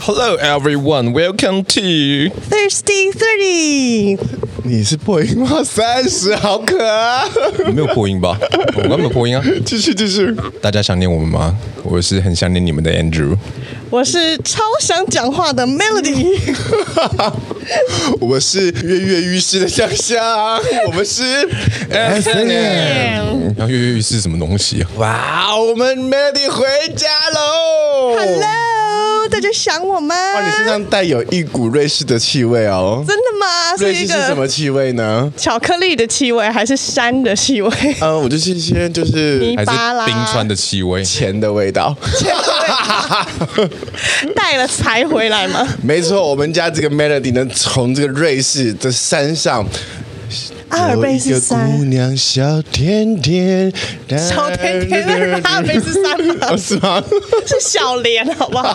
Hello everyone, welcome to Thirsty Thirty，你是破音吗？三十，好可爱！没有破音吧？我根本没有破音啊！继续，继续。大家想念我们吗？我是很想念你们的 Andrew。我是超想讲话的 Melody，哦我是跃跃欲试的香香，我们是 S N。然后粤语是什么东西啊？哇，我们 Melody 回家喽 Hello，大家想我吗？哇，哦你身上带有一股瑞士的气味哦。真的吗？瑞是士一是什么个气味呢？巧克力的气味，还是山的气 味？嗯，我就是一些就是你还巴拉是冰川的气味？钱的味道。 带了才回来吗？没错，我们家这个 Melody 能从这个瑞士的山上。阿尔卑斯山有一个姑娘小甜甜，小甜甜那是阿尔卑斯山 吗哦是吗？是小莲，好不 好？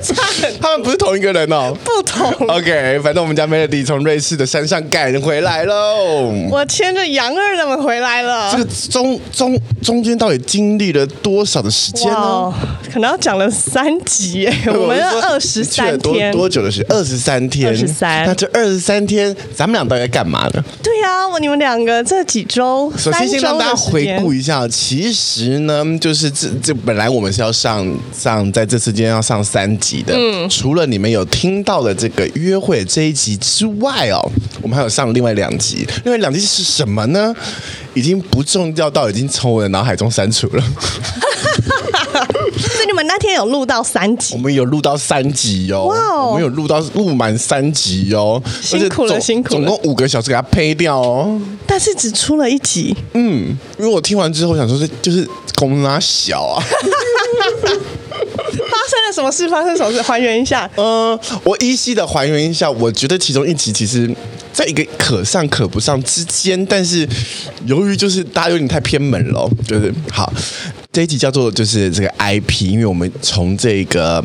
差很他们不是同一个人哦。不 同。 OK，反正我们家 Melody 从瑞士的山上赶回来喽。我牵着羊儿他们回来了这。个中中中间到底经历了多少的时间哇呢哎哦？，可能要讲了三集 耶，我们要二十去了三多天。多久的时？二十三天。 23那这二十三天，咱们俩到底在干嘛呢？对呀、我你们两个这几周，首先，三先周让大家的时回间顾一下，其实呢，就是这这本来我们是要上上在这次间要上三集的，嗯除了你们有听到的这个约会这一集之外哦，我们还有上另外两集，另外两集是什么呢？已经不重要到已经从我的脑海中删除了。所以你们那天有录到三集我，们有录到三集哟、哇哦我们有录到录满三集哟、而且辛苦了总辛苦总了共五个小时给它配掉哦。但是只出了一集，嗯，因为我听完之后想说，这就是公拉小啊。发生了什么事？发生什么事？还原一下。嗯，我依稀的还原一下，我觉得其中一集其实在一个可上可不上之间，但是由于就是大家有点太偏门了哦，就是好这一集叫做就是这个 IP，因为我们从这个。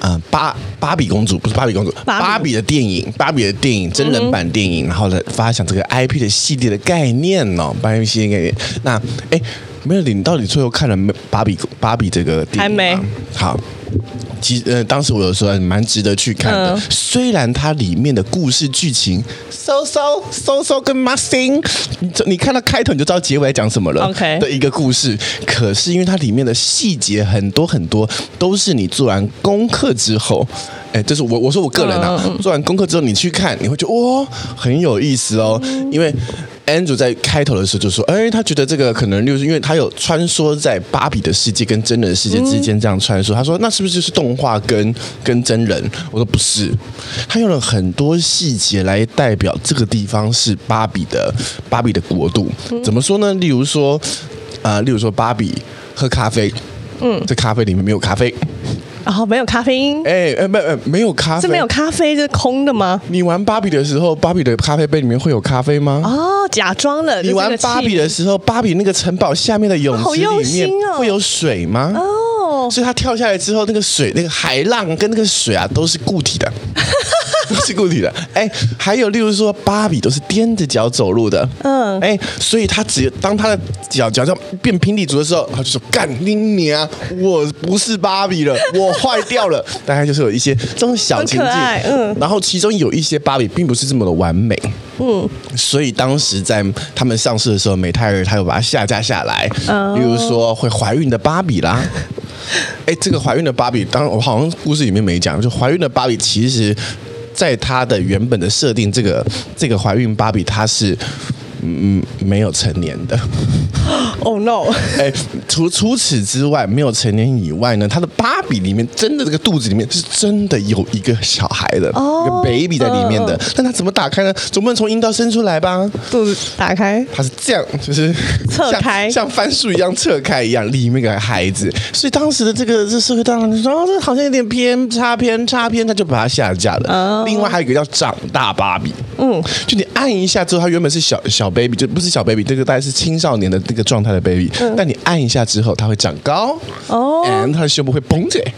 嗯，芭芭比公主不是芭比公主，芭比芭比的电影，芭比的电影真人版电影，然后呢发想这个 IP 的系列的概念哦，芭比系列概念。那哎，没有你到底最后看了没？芭比芭比这个电影吗还没好，其实呃，当时我有说蛮值得去看的，嗯虽然它里面的故事剧情，so so so so 跟 nothing，你你看到开头你就知道结尾在讲什么了 OK 的一个故事，可是因为它里面的细节很多很多，都是你做完功课之后。哎，这是我我说我个人啊，嗯做完功课之后你去看，你会觉得哇、很有意思哦。嗯因为 Andrew 在开头的时候就说，哎，他觉得这个可能就是因为他有穿梭在芭比的世界跟真人的世界之间这样穿梭。他说那是不是就是动画跟跟真人？我说不是，他用了很多细节来代表这个地方是芭比的芭比的国度。怎么说呢？例如说，呃，例如说芭比喝咖啡，嗯，这咖啡里面没有咖啡，然啊后没有咖啡因，哎哎没没没有咖啡，是没有咖啡，是空的吗？你玩芭比的时候，芭比的咖啡杯里面会有咖啡吗？哦，假装了。你就是那玩个芭比气的时候，芭比那个城堡下面的泳好池用里面心哦会有水吗？哦，所以它跳下来之后，那个水、那个海浪跟那个水啊，都是 固体的，都是固体的。哎，还有例如说，芭比都是踮着脚走路的，嗯嗯，哎，所以他只当他的脚脚上变平底足的时候，他就说：“干你娘，我不是芭比了，我坏 掉了。”大概就是有一些这种小情很境可爱，嗯然后其中有一些芭比并不是这么的完美，嗯，所以当时在他们上市的时候，美泰尔他有把它下架下来，哦例如说会怀孕的芭比啦。哎，这个怀孕的芭比，当然我好像故事里面没讲，就怀孕的芭比其实，在她的原本的设定，这个这个怀孕芭比她是。嗯，没有成年的。哦 no，哎，除除此之外，没有成年以外呢，她的芭比里面真的这个肚子里面是真的有一个小孩的，哦一个 baby 在里面的。但她怎么打开呢？总不能从阴道伸出来吧？肚子打开，它是这样，就是侧开像像翻书一样侧开一样里面个孩子，所以当时的这个这社会当然就说，哦，这好像有点偏差偏差偏，他就把它下架了。哦另外还有一个叫长大芭比，嗯，就你按一下之后，它原本是小小 baby，就不是小 baby，这个大概是青少年的那个状态的 baby，、但你按一下之后，它会长高嗯哦，and 它的胸部会绷 起来，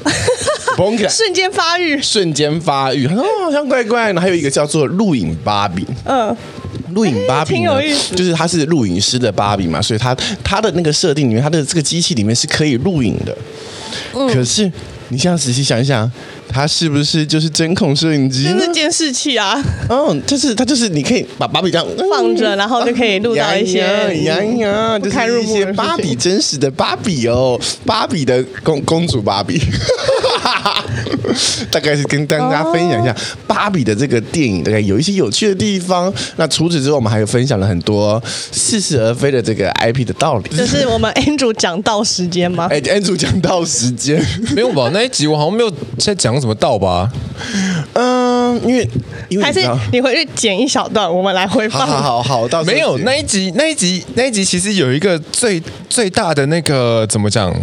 绷起来。瞬间发育。瞬间发育，他说哦，好像怪怪的。还有一个叫做录影芭比，嗯，录影芭哎比呢挺有意思就是它是录影师的芭比嘛，所以它它的那个设定嗯里面，它的这个机器里面是可以录影的。可是你现在仔细想一想，它是不是就是针孔摄影机呢？真的监视器 啊，嗯，就是它就是你可以把芭比这样嗯放着然后就可以录到一些呀呀呀，不就是堪入目一的些事情芭比真实的芭比哦，芭比的公公主芭比。 大概是跟大家分享一哦下芭比的这个电影，大概有一些有趣的地方。那除此之外，我们还有分享了很多似是而非的这个 IP 的道理。就是我们 Andrew 讲到时间吗？哎，Andrew 讲到时间，没有吧？那一集我好像没有在讲什么道吧？嗯，因为因为还你知是道你回去剪一小段，我们来回好放。好好好，到时候没有见那一集，那一集，那一集其实有一个最最大的那个怎么讲，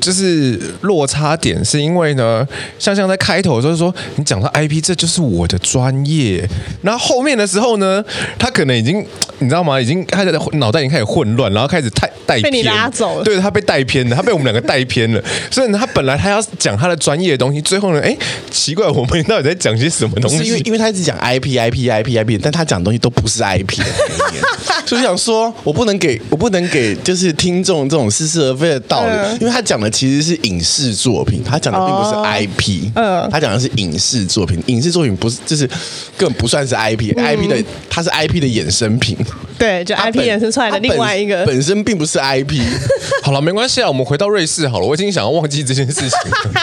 就是落差点，是因为呢，香香在开头就是说你讲到 IP，这就是我的专业，然后后面的时候呢，他可能已经你知道吗？已经他的脑袋已经开始混乱，然后开始太带被你偏拉走了对他被带偏了，他被我们两个带偏了， 所以呢，他本来他要讲他的专业的东西，最后呢，哎，奇怪，我们到底在讲些什么东不是因为西？因为他一直讲 IP IP IP IP，但他讲的东西都不是 IP 的 概念，所以我想说我不能给我不能给就是听众这种似是而非的道理，因为他讲的其实是影视作品，他讲的并不是嗯哦 IP，、嗯他讲的是影视作品，影视作品不是就是根本不算嗯是 IP，IP、IP 的它是 IP 的衍生品对，就它 IP 本衍生出来的它本另外一个。本身并不 是 IP， 好了，没关系啊，我们回到瑞士好了，我已经想要忘记这件事情了。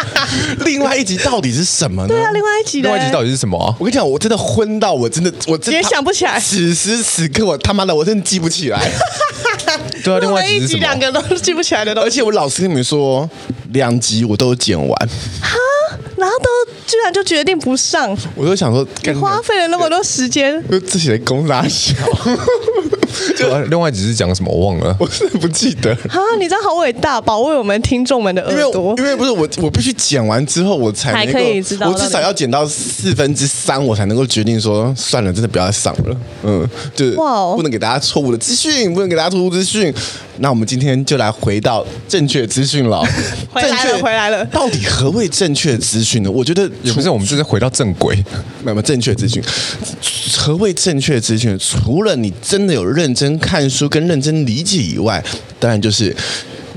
另外一集到底是什么呢？对啊，另外一集的。另外一集到底是什么、啊？我跟你讲，我真的昏到，我真的，我真也想不起来此时此刻，我他妈的，我真的记不起来。 对啊，另录外了一集一是集什么？两个都记不起来的东而西，且我老实跟你们说，两集我都剪完，然后都居然就决定不上，我都想说，干花费了那么多时间。就这些公拉小， 就啊另外一集是讲什么？我忘了。我真的不记得。啊，你这样好伟大，保卫我们听众们的因为耳朵因。为不是我，我必须剪完之后，我才才能够可以知道我至到少底要剪到四分之三，我才能够决定说算了，真的不要再上了。嗯，就是哇哦不能给大家错误的资讯，不能给大家错误资讯。那我们今天就来回到正确资讯了。 回来了正确回来了到底何谓正确资讯呢？我觉得也不是，我们这是回到正轨。那么正确资讯，何谓正确资讯？除了你真的有认真看书跟认真理解以外，当然就是。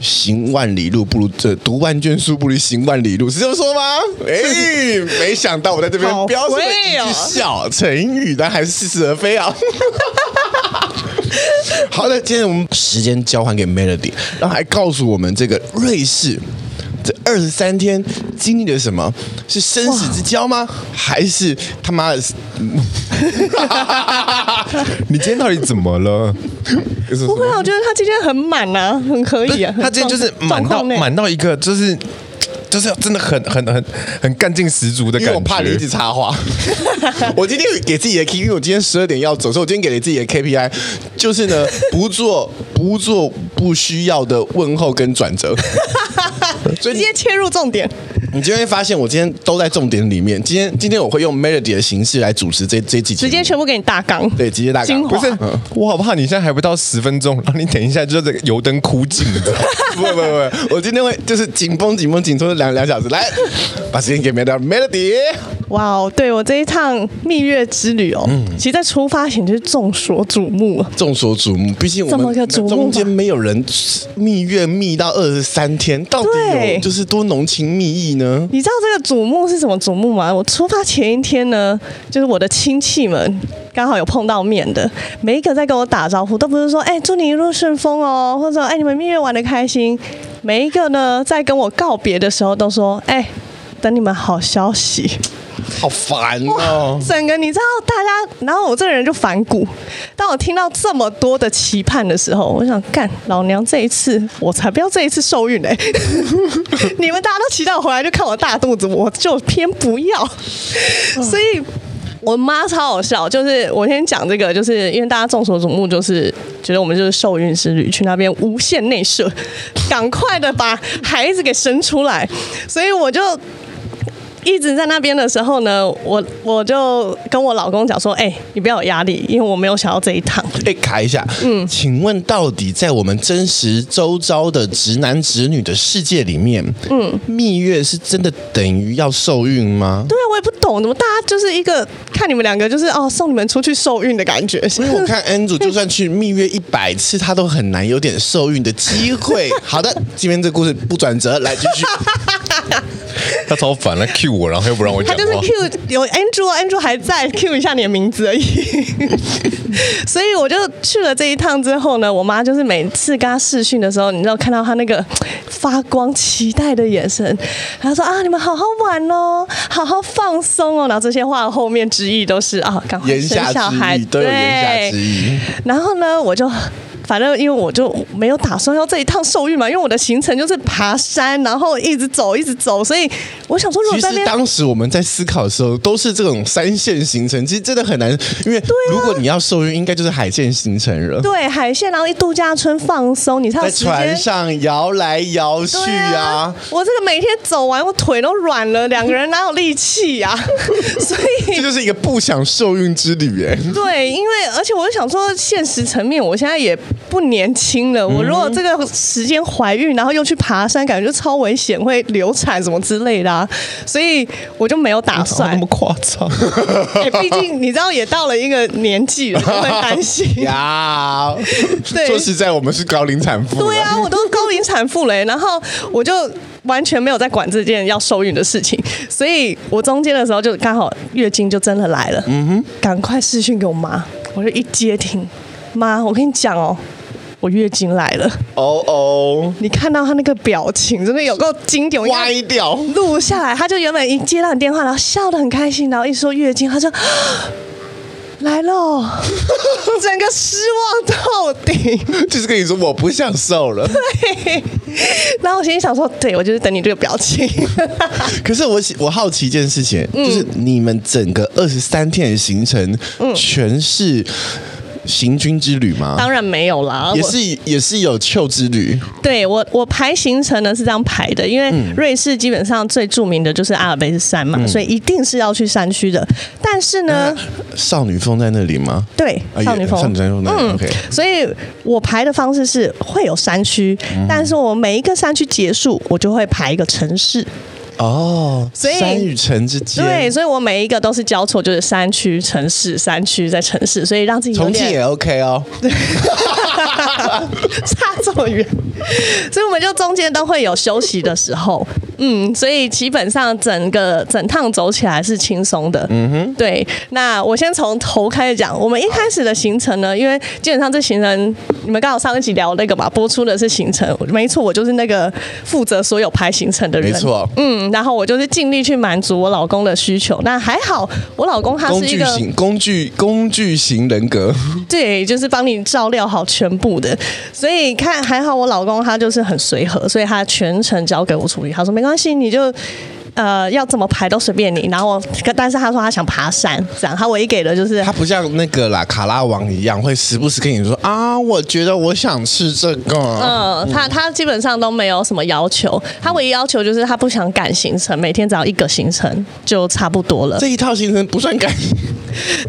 行万里路不如这、读万卷书不如行万里路，是这么 说吗？哎、没想到我在这边好标出了会哦一句小成语，但还是似是而非啊。好的，今天我们时间交还给 Melody，然后还告诉我们这个瑞士这二十三天经历了什么？是生死之交吗？还是他妈的？你今天到底怎么 了？不会啊，我觉得他今天很满啊，很可以啊。嗯很他今天就是状满到状况内满到一个，就是就是真的很很很很干劲十足的因感为觉。我怕你一直插话。我今天有给自己的 K，因为我今天十二点要走，所以我今天给了自己的 KPI 就是呢，不做不做不需要的问候跟转折。所直以接切入重点。你今天会发现，我今天都在重点里面。今天今天我会用 Melody 的形式来主持这这几集，直接全部给你大纲。对直接大纲精华 不是嗯，我好怕你现在还不到十分钟，然后你等一下就在油灯枯尽，你知道吗 不会不会不会，我今天会就是紧绷紧绷紧绷两两小时，来把时间给 Melody Melody。哇哦，对我这一趟蜜月之旅哦，嗯其实在出发前就是众所瞩目啊了。众所瞩目，毕竟我这么们个瞩目吗中间没有人蜜月蜜到二十三天，到底有对就是多浓情蜜意呢？你知道这个瞩目是什么瞩目吗？我出发前一天呢，就是我的亲戚们刚好有碰到面的，每一个在跟我打招呼，都不是说哎、祝你一路顺风哦，或者哎、你们蜜月玩的开心。每一个呢在跟我告别的时候都说哎、等你们好消息。好烦哦！整个你知道大家，然后我这个人就反骨。当我听到这么多的期盼的时候，我想干老娘这一次，我才不要这一次受孕嘞、欸你们大家都期待我回来就看我大肚子，我就偏不要。所以我妈超好笑，就是我先讲这个，就是因为大家众所瞩目，就是觉得我们就是受孕之旅，去那边无限内射，赶快的把孩子给生出来，所以我就。一直在那边的时候呢，我我就跟我老公讲说，哎、你不要有压力，因为我没有想要这一趟。哎、卡一下，嗯，请问到底在我们真实周遭的直男直女的世界里面，嗯，蜜月是真的等于要受孕吗？对啊，我也不懂，怎么大家就是一个看你们两个就是哦送你们出去受孕的感觉。因为我看 Andrew 就算去蜜月一百次，他都很难有点受孕的机会。好的，今天这故事不转折，来继续。他超烦，他 Q 我，然后又不让我他讲就是话。 Q 有 Andrew，Andrew 还在 Q 一下你的名字而已。 所以我就去了这一趟之后呢，我妈就是每次跟他视讯的时候，你知道看到他那个发光期待的眼神，她说啊，你们好好玩哦，好好放松哦，然后 这些话后面之意都是啊，赶快言生下小孩之，意都有言下之对意。然后呢，我就反正因为我就没有打算要这一趟受孕嘛，因为我的行程就是爬山，然后一直走，一直走，所以我想说，如果其在那实边当时我们在思考的时候，都是这种三线行程，其实真的很难，因为啊如果你要受孕，应该就是海线行程了，对海线，然后一度假村放松，你才有在时船间。上摇来摇去对啊，我这个每天走完，我腿都软了，两个人哪有力气 呀、所这以就是一个不想受孕之旅哎。对，因为而且我就想说，现实层面，我现在也不年轻了，嗯我如果这个时间怀孕，然后又去爬山，感觉就超危险，会流产什么之类的、啊，所以我就没有 打怎么 哦那算么。夸张？哎毕竟你知道，也到了一个年纪了，会担心。呀， 对说实在，我们是高龄产妇了，对啊，我都高龄产妇嘞， 然后我就完全没有在管这件要受孕的事情，所以我中间的时候就刚好月经就真的来了，嗯哼，赶快视讯给我妈，我就一接听，妈，我跟你讲哦。我月经来了，哦哦，你看到她那个表情，真的有够经典。我应该歪掉。录下来，她就原本一接到你电话，然后笑得很开心，然后一说月经，她就 啊来了哦， 整个失望透顶。就是跟你说我不想瘦了， 然后我心里想说，对我就是等你这个表情。可是我喜我好奇一件事情，嗯就是你们整个二十三天的行程，全是行军之旅吗？嗯当然没有啦，啊也我是也是有秋之旅，对我我排行程呢是这样排的，因为嗯瑞士基本上最著名的就是阿尔卑斯山嘛，所以一定是要去山区的。但是呢，少女峰在那里吗？对啊嗯少女也峰，嗯少女峰那里，OK 所以我排的方式是会有山区，嗯但是我每一个山区结束，我就会排一个城市。哦，所以山与城之间，对，，所以我每一个都是交错，就是山区、城市、山区再城市，所以让自己有重庆点也 OK 哦， 差这么远，所以我们就中间都会有休息的时候，嗯，所以基本上整个整趟走起来是轻松的，嗯哼，对。那我先从头开始讲，我们一开始的行程呢，因为基本上这行程你们刚好上一集聊那个吧，播出的是行程，没错，我就是那个负责所有排行程的人，没错嗯，然后我就是尽力去满足我老公的需求，那还好，我老公他工是一具个型工具工具型人格，对，就是帮你照料好全部的。所以看还好，我老公他就是很随和，所以他全程交给我处理。他说没关系，你就。呃，要怎么排都随便你。然后我，但是他说他想爬山，这样他唯一给的就是他不像那个啦卡拉王一样，会时不时跟你说啊，我觉得我想吃这个，嗯，他他基本上都没有什么要求，他唯一要求就是他不想赶行程，每天只要一个行程就差不多了。这一套行程不算赶，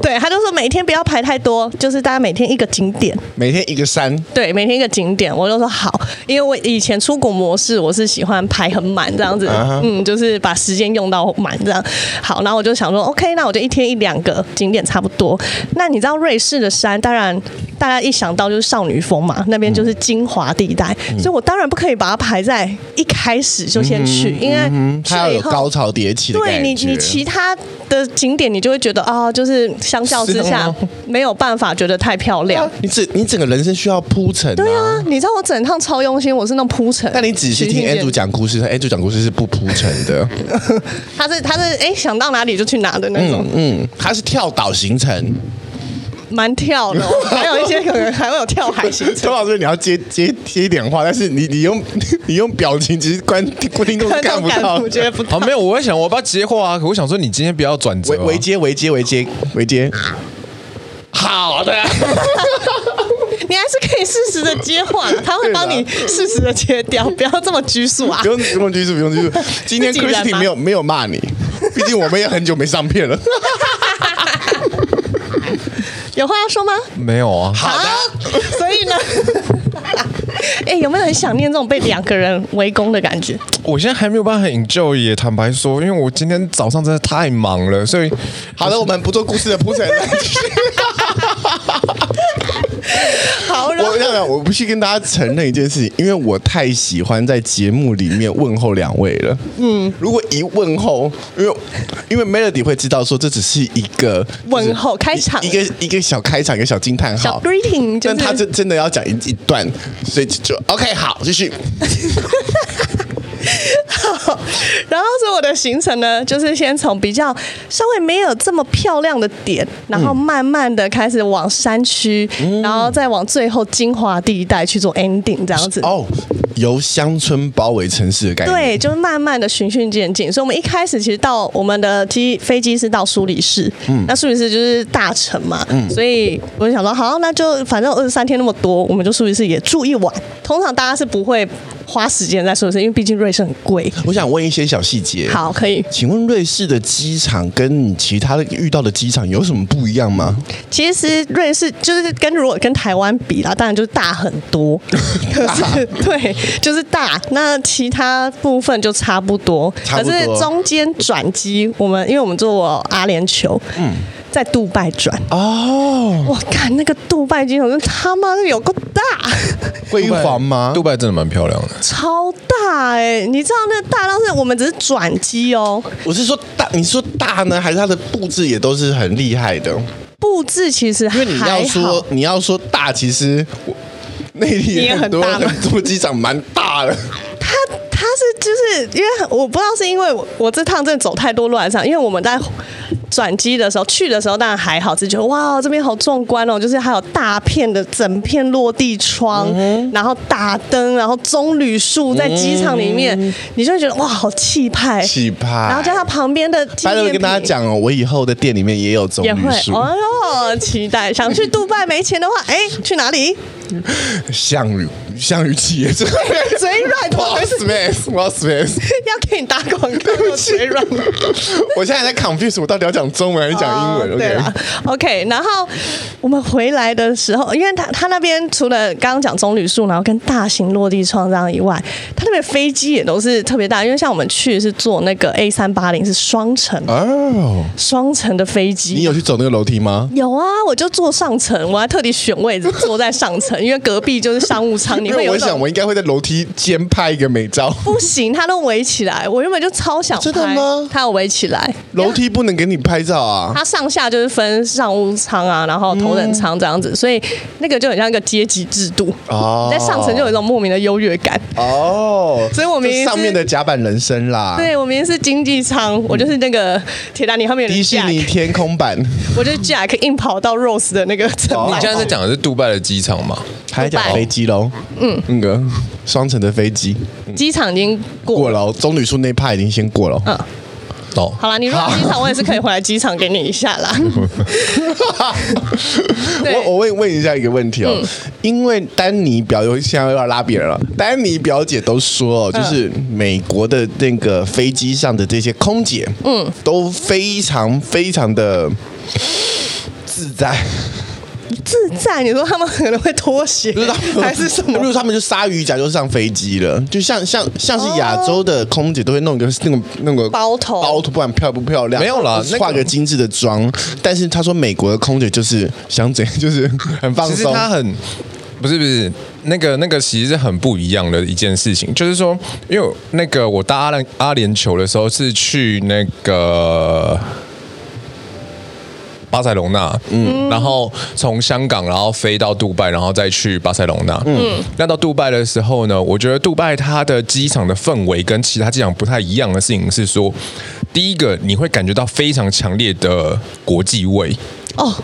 对，他就说每天不要排太多，就是大家每天一个景点，每天一个山，对，每天一个景点，我就说好，因为我以前出国模式我是喜欢排很满这样子啊哈嗯，就是把时间用到满这样。好，然后我就想说，OK，那我就一天一两个景点差不多。那你知道瑞士的山，当然大家一想到就是少女峰嘛，那边就是精华地带，嗯所以我当然不可以把它排在一开始就先去，因为嗯，去他要了以有后。高潮迭起的感对觉。你，你其他的景点你就会觉得啊、就是相较之是哦下吗没有办法觉得太漂亮啊。你整你整个人生需要铺陈、啊，对啊，你知道我整趟超用心，我是那种铺陈。但你仔细听徐 Andrew 静讲故事，Andrew 讲故事是不铺陈的，他是他是哎、想到哪里就去哪的那种，嗯，他是跳岛行程， 蛮、跳的哦、还有一些可能还会有跳海行程 周。老师你要接接接一点话，但是你你用 你用表情，其实观观听众是看不到我觉得的，不 好，没有，我在想，我要不要接话啊？可我想说，你今天不要转折、围啊。围接围接围接围接，好的，你还是可以适时的接话的，他会帮你适时的切 掉，不要这么拘束啊 不。用不用拘束不用拘束，今 天自己人 Christy 吗没有没有骂你，毕竟我们也很久没上 片了。有话要说吗？没有啊？好的，所以呢， 哎、有没有很想念这种被两个人围攻的感觉？我现在还没有办法很 enjoy 也，坦白说，因为我今天早上真的太忙了，所以好的，我们不做故事的铺陈了。好，然后我让我必须跟大家承认一件事情，因为我太喜欢在节目里面问候两位了。嗯，如果一问候，因为因为 Melody 会知道说这只是一个就是问候开场一一个一个小开场，一个小惊叹小号。 greeting 就但他是真真的要讲一一段，所以就就 OK 好，继续。好， 然后所以我的行程呢，就是先从比较稍微没有这么漂亮的点，然后慢慢的开始往山区，然后再往最后精华地带去做 ending 这样子。哦，由乡村包围城市的概念。对，就是慢慢的循序渐进。所以，我们一开始其实到我们的机飞机是到苏黎世，那苏黎世就是大城嘛，所以我就想说，好，那就反正二十三天那么多，我们就苏黎世也住一晚。通常大家是不会花时间在苏黎世，因为毕竟瑞士很贵。我想问一些小细节。，好，可以。请问瑞士的机场跟你其他的遇到的机场有什么不一样吗？其实瑞士就是跟如果跟台湾比啦，当然就是大很 多，可是对，就是大。那其他部分就差不多，差不多可是中间转机，我们因为我们做阿联酋，嗯，在杜拜转，哦，我看那个杜拜机场真他妈有够大， 辉煌吗？杜拜真的蛮漂亮的，超大哎、你知道那大到是我们只是转机哦，我是说大，你说大呢，还是它的布置也都是很厉害的？布置其实因还为你要好说你要说大，其实我内地也也很很多大吗很多机场蛮 大的。他他是就是因为我不知道是因为我我这趟真的走太多乱场，因为我们在转机的时候去的时候当然还好，只是觉得哇这边好壮观哦，就是还有大片的整片落地窗，嗯然后大灯，然后棕榈树在机场里面，你就会觉得哇好气派，嗯气派然后加上旁边的纪拜念托品跟大家。讲哦，我以后的店里面也有棕也会榈树，哦哟，期待！想去杜拜没钱的话，哎，去哪 里？项羽项羽企业之类 的。嘴软，怎我么要回事？ space，我要 space。要给你打 广告，嘴软。我现在在 confuse，我到底要讲中文还是讲英文哦对啦啊？OK， OK，然后我们回来的时候，因为他他那边除了刚刚讲棕榈树，然后跟大型落地窗这样以外，他那边飞机也都是特别大，因为像我们去是坐那个 A 三八零是双层哦，双层的飞你机。有去走那个楼梯吗？有啊，我就坐上层，我还特地选位置坐在上层，因为隔壁就是商务 舱，你因会为有我一种想我应该会在楼梯间拍一个美照。不行，他都围起来。我原本就超想拍，真的吗他有围起来，楼梯不能给你拍照啊！它上下就是分上务舱啊，然后头等舱这样子，所以那个就很像一个阶级制度。哦你在上层就有一种莫名的优越感。哦，所以我明明就是上面的甲板人生啦，，对我明明是经济舱，我就是那个铁达尼后面的迪士尼 Jack，天空版， 我就是 Jack 硬跑到 Rose 的那个层哦你面。现在在讲的是杜拜的机场吗？还讲飞机喽，嗯，那个双层的飞机哦机场已经过过了。了哦，棕榈树那一趴已经先过了哦，嗯，哦，好啦，你如果机场，我也是可以回来机场给你一下啦。对我我问问一下一个问题哦，因为丹尼表有现在又要拉别人了，丹尼表姐都说哦，就是美国的那个飞机上的这些空姐，嗯，都非常非常的自在，自在，你说他们可能会脱鞋就是他 们还是什比么？如他们就鲨鱼夹就上飞机了，就像像像是亚洲的空姐都会弄一个那个那个包头包头不管漂不漂亮，没有啦或是那个化个精致的妆，但是他说美国的空姐就是想怎样就是很放其实松，它很不是不是那个那个其实是很不一样的一件事情，就是说，因为那个我搭阿联阿联酋的时候是去那个。巴塞隆纳，嗯，然后从香港，然后飞到杜拜，然后再去巴塞隆纳，嗯，那到杜拜的时候呢，我觉得杜拜它的机场的氛围跟其他机场不太一样的事情是说，第一个你会感觉到非常强烈的国际味，哦，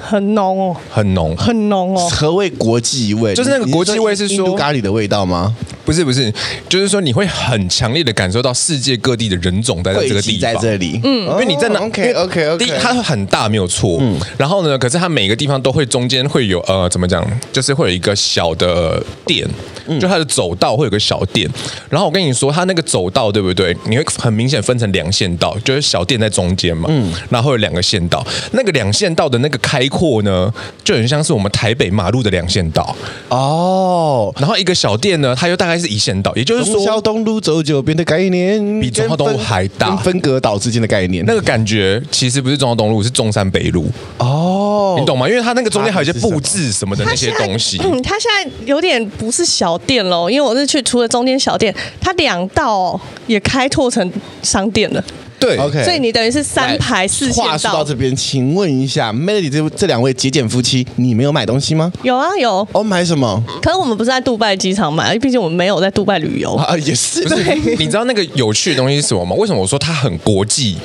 很浓哦，很浓，很浓哦。何谓国际味？就是那个你国际味是印说印度咖喱的味道吗？不是不是，就是说你会很强烈的感受到世界各地的人种待在这汇个集地在方。这里，嗯，因为你在哪、 OK 嗯 OK 第一 OK，它很大没有错，然后呢，可是它每个地方都会中间会有呃，怎么讲，就是会有一个小的店，嗯就它的走道会有个小店，然后我跟你说，它那个走道对不对？你会很明显分成两线道，就是小店在中间嘛，嗯然后有两个线道，那个两线道的那个开阔呢，就很像是我们台北马路的两线道，哦。然后一个小店呢，它又大概是一线道，也就是说中消东路走九遍的概念，比中消东路还大跟分隔岛之间的概念。那个感觉其实不是中央东路，是中山北路，哦，你懂吗？因为它那个中间还有一些它是什么布置什么的那他些现在东西，嗯，他现在有点不是小店喽，因为我是去除了中间小店，它两道哦也开拓成商店了，对 OK 所以你等于是三来排四哎线哎话术道到。这边，请问一下，Melody 这这两位节俭夫妻，你没有买东西吗？有啊有，哦，买什么？可是我们不是在杜拜机场买，毕竟我们没有在杜拜旅游。啊，也是，不是，你知道那个有趣的东西是什么吗？为什么我说它很国际？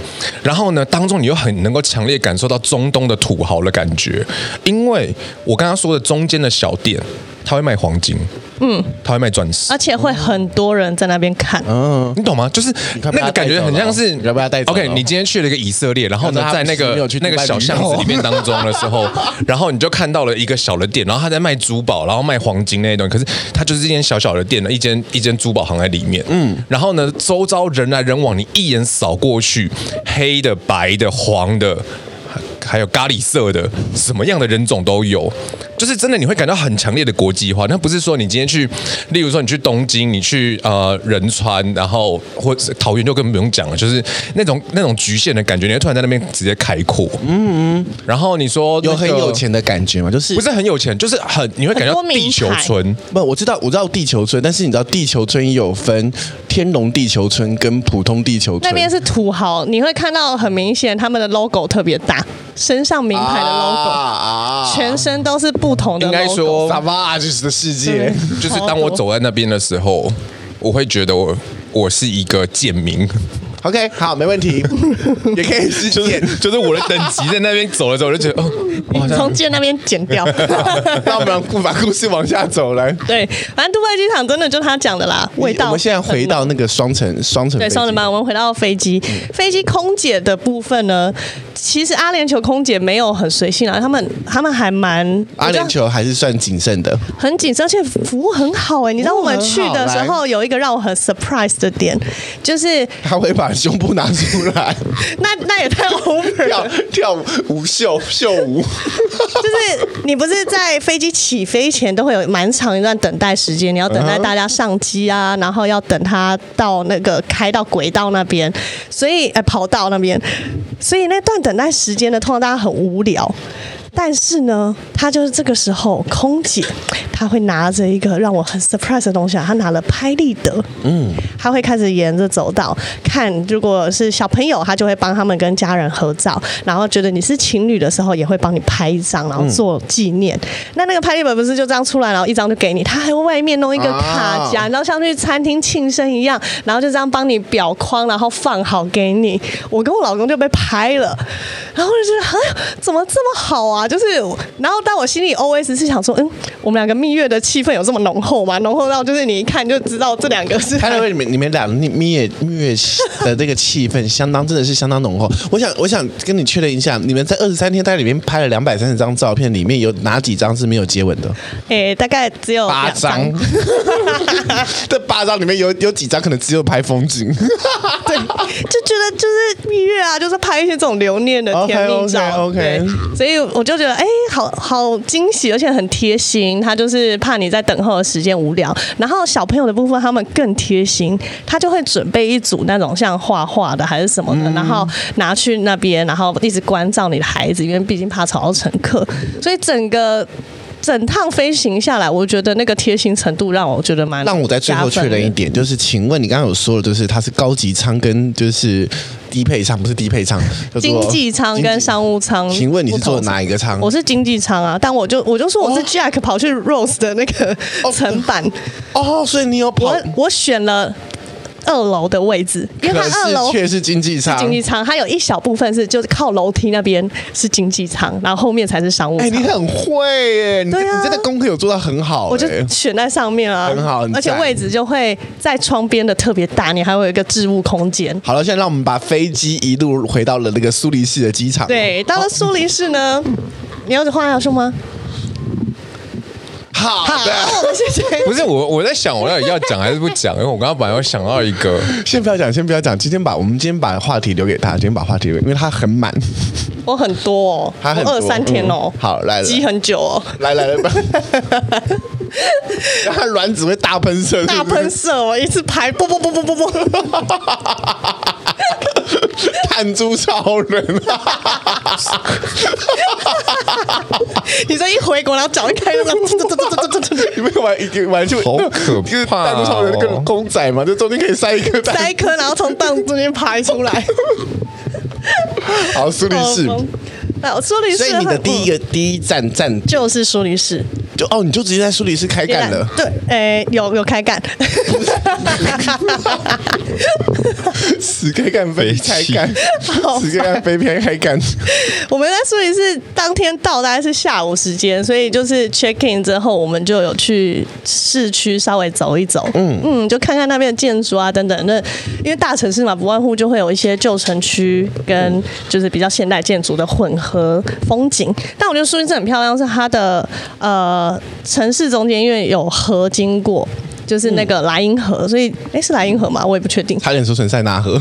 然后呢，当中你又很能够强烈感受到中东的土豪的感觉，因为我刚刚说的中间的小店，他会卖黄金，嗯，他会卖钻石而。且会很多人在那边看，嗯，你懂吗？就是看那被他个感觉很像是带走了哦你要被他带走了 OK，你今天去了一个以色列，然后呢看，到在他那没个有去那个小巷子里面当中的时候，然后你就看到了一个小的店，然后他在卖珠宝，然后卖黄金那些东西。可是它就是一间小小的店，一间一间珠宝行在里面。嗯，然后呢，周遭人来人往，你一眼扫过去，黑的、白的、黄的。还有咖喱色的，什么样的人种都有，就是真的你会感到很强烈的国际化。那不是说你今天去，例如说你去东京，你去呃仁川，然后或者桃园就更不用讲了，就是那种那种局限的感觉，你会突然在那边直接开阔。嗯嗯。然后你说、有很有，钱的感觉吗？就是不是很有钱，就是很你会感觉到很多名地球牌村。不，我知道，我知道地球村，但是你知道地球村也有分天龙地球村跟普通地球村。那边是土豪，你会看到很明显他们的 logo 特别大，身上名牌的 logo，、啊全身都是不同的应 logo。该说，萨瓦就是的世界。就是当我走在那边的时候，我会觉得我我是一个贱民。 OK，好，没问题， 也可以是见。 就是我的等级在那边走了走，我就觉得哦，我好像从剑那边剪掉。 那我们故把故事往下走来。对，反正杜拜机场真的就他讲的啦，味道。我们现在回到那个双层双层对，双人班，我们回到飞机，嗯飞机空姐的部分呢，其实阿联酋空姐没有很随性啊，他们他们还蛮阿联酋还是算谨慎 的。很紧张，而且服务很好哎、你知道服务我们去的时很好候有一个让我很 surprise 的点，就是他会把胸部拿出来那那也太 over 跳 了，跳舞舞秀秀舞，就是你不是在飞机起飞前都会有蛮长一段等待时间，你要等待大家上机啊，然后要等他到那个开到轨道那边，所以呃跑道那边，所以那段等待时间呢，通常大家很无聊。但是呢，他就是这个时候，空姐她会拿着一个让我很 surprise 的东西啊，她拿了拍立得，嗯，她会开始沿着走道看，如果是小朋友，她就会帮他们跟家人合照，然后觉得你是情侣的时候，也会帮你拍一张，然后做纪念。那那个拍立得不是就这样出来，然后一张就给你，她还会外面弄一个卡夹，啊然后像去餐厅庆生一样，然后就这样帮你裱框，然后放好给你。我跟我老公就被拍了，然后我就觉得，哎，怎么这么好啊？就是，然后但我心里 OS 是想说，嗯，我们两个蜜月的气氛有这么浓厚吗？浓厚到就是你一看就知道这两个是。他认为你们你们俩蜜蜜月蜜月的这个气氛相当真的是相当浓厚。我想我想跟你确认一下，你们在二十三天在里面拍了两百三十张照片，里面有哪几张是没有接吻的？ 哎、大概只有八两张， 这八张里面有有几张可能只有拍风 景。对，就觉得就是蜜月啊，就是拍一些这种留念的甜蜜照 OK，OK，OK 对，所以我就觉得哎、好好惊喜，而且很贴心。他就是怕你在等候的时间无聊，然后小朋友的部分他们更贴心，他就会准备一组那种像画画的还是什么嗯的，然后拿去那边，然后一直关照你的孩子，因为毕竟怕吵到乘客，所以整个。整趟飞行下来，我觉得那个贴心程度让我觉得蛮让我在最后确加分的认一点，就是请问你刚刚有说的，就是它是高级舱跟就是低配舱，不是低配舱，叫做经济舱跟商务舱。经济。请问你是坐哪一个舱？我是经济舱啊，但我就我就说我是 Jack 跑去 Rose 的那个层板，哦，所以你有跑我，我选了二楼的位置，因为它可二楼是却啊是经济舱。经济舱，它有一小部分是就是靠楼梯那边是经济舱，然后后面才是商务哎、舱。你很会耶！你对啊你真的功课有做到很好耶，我就选在上面啊，很好很而且赞位置就会在窗边的特别大，你还会有一个置物空间。好了，现在让我们把飞机一路回到了那个苏黎世的机场。，对，哦到了苏黎世呢，你有话要说吗？好好，的，那我哦们谢谢。不是我，我在想我到底要讲还是不讲，因为我刚刚本来有想到一 个， 先不要讲，先不要讲，今天把我们今天把话题留给他，今天把话题留给，因为他很满，我很多哦，他很我多二三天哦，嗯好来来积很久哦，来来来，吧他卵子会大喷射，大喷射，哦我一次排，啵啵啵啵啵 啵，弹珠超人，你这一回国，然后脚一开，就这样 你们有玩一个玩就好可怕哦就是弹珠超人那个公仔嘛，就中间可以塞一颗塞蛋一。颗，然后从档中间爬出 来。好，苏律师，哦那苏黎世所以很，你的第嗯一个第一站站就是苏黎世，就哦，你就直接在苏黎世开干了。对，诶，有有开 干，死开干飞开干，好死开干飞偏开干。 我们在苏黎世当天到，大概是下午时间，所以就是 check in 之后，我们就有去市区稍微走一走，嗯嗯，就看看那边的建筑啊等等。那因为大城市嘛，不外乎就会有一些旧城区跟就是比较现代建筑的混合风景。但我觉得苏黎世很漂亮，是它的呃城市中间因为有河经过。就是那个莱茵河，所以诶是莱茵河吗？我也不确定，差点说成塞纳河，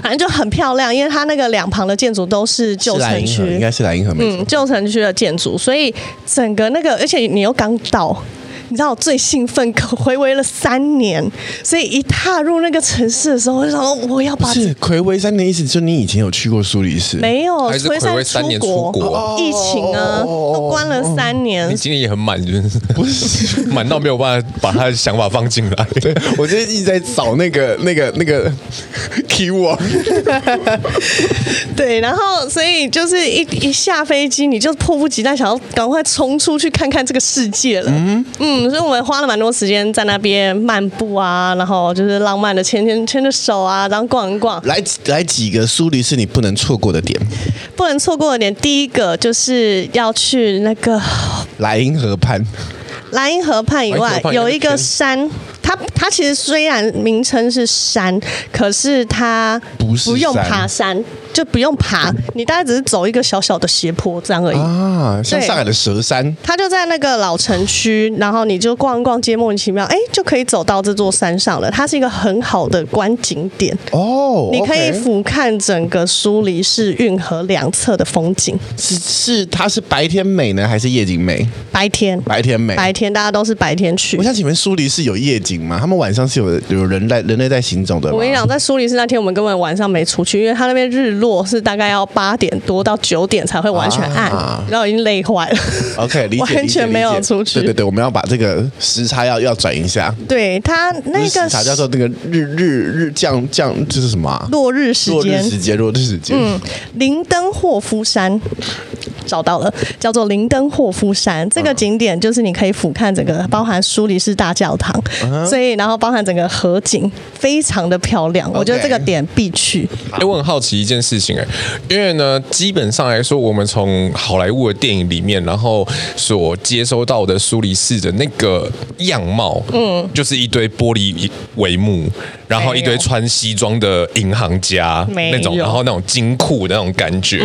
反正就很漂亮，因为它那个两旁的建筑都是旧 是城莱茵河区，应该是莱茵河没错嗯，。旧城区的建筑，所以整个那个，而且你又刚到。你知道我最兴奋，可回味了三年，所以一踏入那个城市的时候，我就想说我要不把是葵威山的意思，就你以前有去过苏黎世？没有还是推暌违出三年出国哦疫情啊，都关了三年你，今天也很满，就是不是满到没有办法把他的想法放进来。对，我最近一直在找那个那个那个 keyword，对，然后所以就是一一下飞机，你就迫不及待想要赶快冲出去看看这个世界了。嗯所以我们花了蛮多时间在那边漫步啊，然后就是浪漫的牵牵牵着手啊，然后逛一逛。来来几个苏黎世你不能错过的点，不能错过的点，第一个就是要去那个莱茵河畔，莱茵河畔以莱外茵河畔有一有一个个山，它它其实虽然名称是山，可是它不是山用爬山，就不用爬，你大概只是走一个小小的斜坡这样而已。啊，像上海的佘山，它就在那个老城区，然后你就逛一逛街，莫名其妙，哎，就可以走到这座山上了。它是一个很好的观景点，哦，你可以 OK 俯瞰整个苏黎世运河两侧的风景。是是它是白天美呢，还是夜景美？白天，白天美。白天大家都是白天去哎我。想请问苏黎世有夜景吗？他们晚上是有有人类人类在行走的吗？我跟你讲，在苏黎世那天，我们根本晚上没出去，因为他那边日落是大概要八点多到九点才会完全暗，啊哦然后已经累坏了。 OK，理解，完全没有理解理解出去对对对，我们要把这个时差要要转一下。 对他那时个差叫做那个日日日降降，这是什么啊、落日时落日间，时间，落日时间。嗯，林登霍夫山找到了，叫做林登霍夫山。这啊个景点就是你可以俯瞰整个，包含苏黎世大教堂，嗯所以然后包含整个河景，非常的漂亮。我觉得这个点必去。哎，我很好奇一件事情哎、因为呢，基本上来说，我们从好莱坞的电影里面，然后所接收到的苏黎世的那个样貌，嗯，就是一堆玻璃帷幕，然后一没堆有穿西装的银行家没那种，有嗯然后那种金库的那种感觉，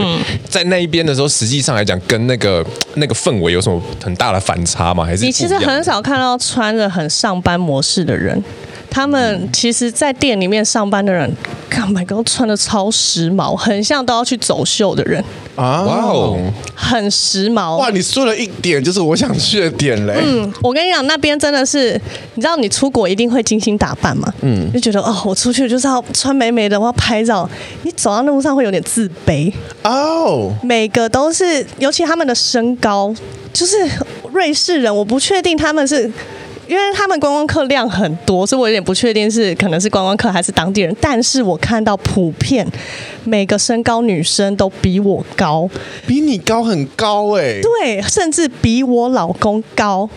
在那一边的时候，实际上来讲，跟那个那个氛围有什么很大的反差吗？还是你其不实一样很少看到穿着很上班模式的人，他嗯们其实，在店里面上班的人，干嘛都穿的超时髦，很像都要去走秀的人，啊，哇哇哦，哦，很时髦。哇，你说了一点，就是我想去的点嘞。嗯，我跟你讲，那边真的是，你知道你出国一定会精心打扮嘛？嗯，就觉得哦，我出去就是要穿美美的，我要拍照。你走到路上会有点自卑，哦，每个都是，尤其他们的身高，就是瑞士人，我不确定他们是。因为他们观光客量很多，所以我有点不确定是可能是观光客还是当地人。但是我看到普遍每个身高女生都比我高，比你高很高哎、对，甚至比我老公高。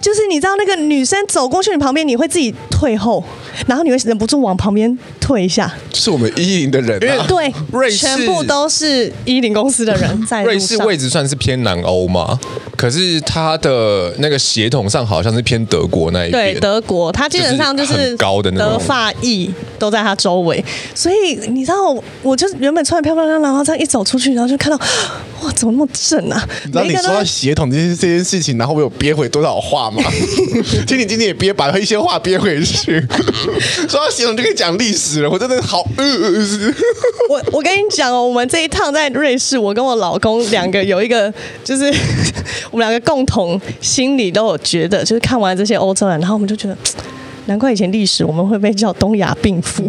就是你知道那个女生走过去你旁边，你会自己退后，然后你会忍不住往旁边退一下。是我们一零的人、啊，对，瑞士全部都是伊林公司的人在路瑞士上。位置算是偏南欧嘛，可是它的那个血统上好像是偏德国那一边。对德国，他基本上就就是是很高的那种德法意都在他周围，所以你知道，我就是原本穿的漂漂亮亮，然后这样一走出去，然后就看到，哇，怎么那么正啊？你知道每你一个说都到血统这件这件事情，然后我有憋回多少 话吗？其实你今天也憋把一些话憋回去。说到血统就可以讲历史了，我真的好呃呃呃是我我跟你讲哦，我们这一趟在瑞士，我跟我老公两个有一个，就是 我们两个共同心里都有觉得，就是看完这些欧洲人，然后我们就觉得。嗯难怪以前 历史我们会被叫东亚病夫，因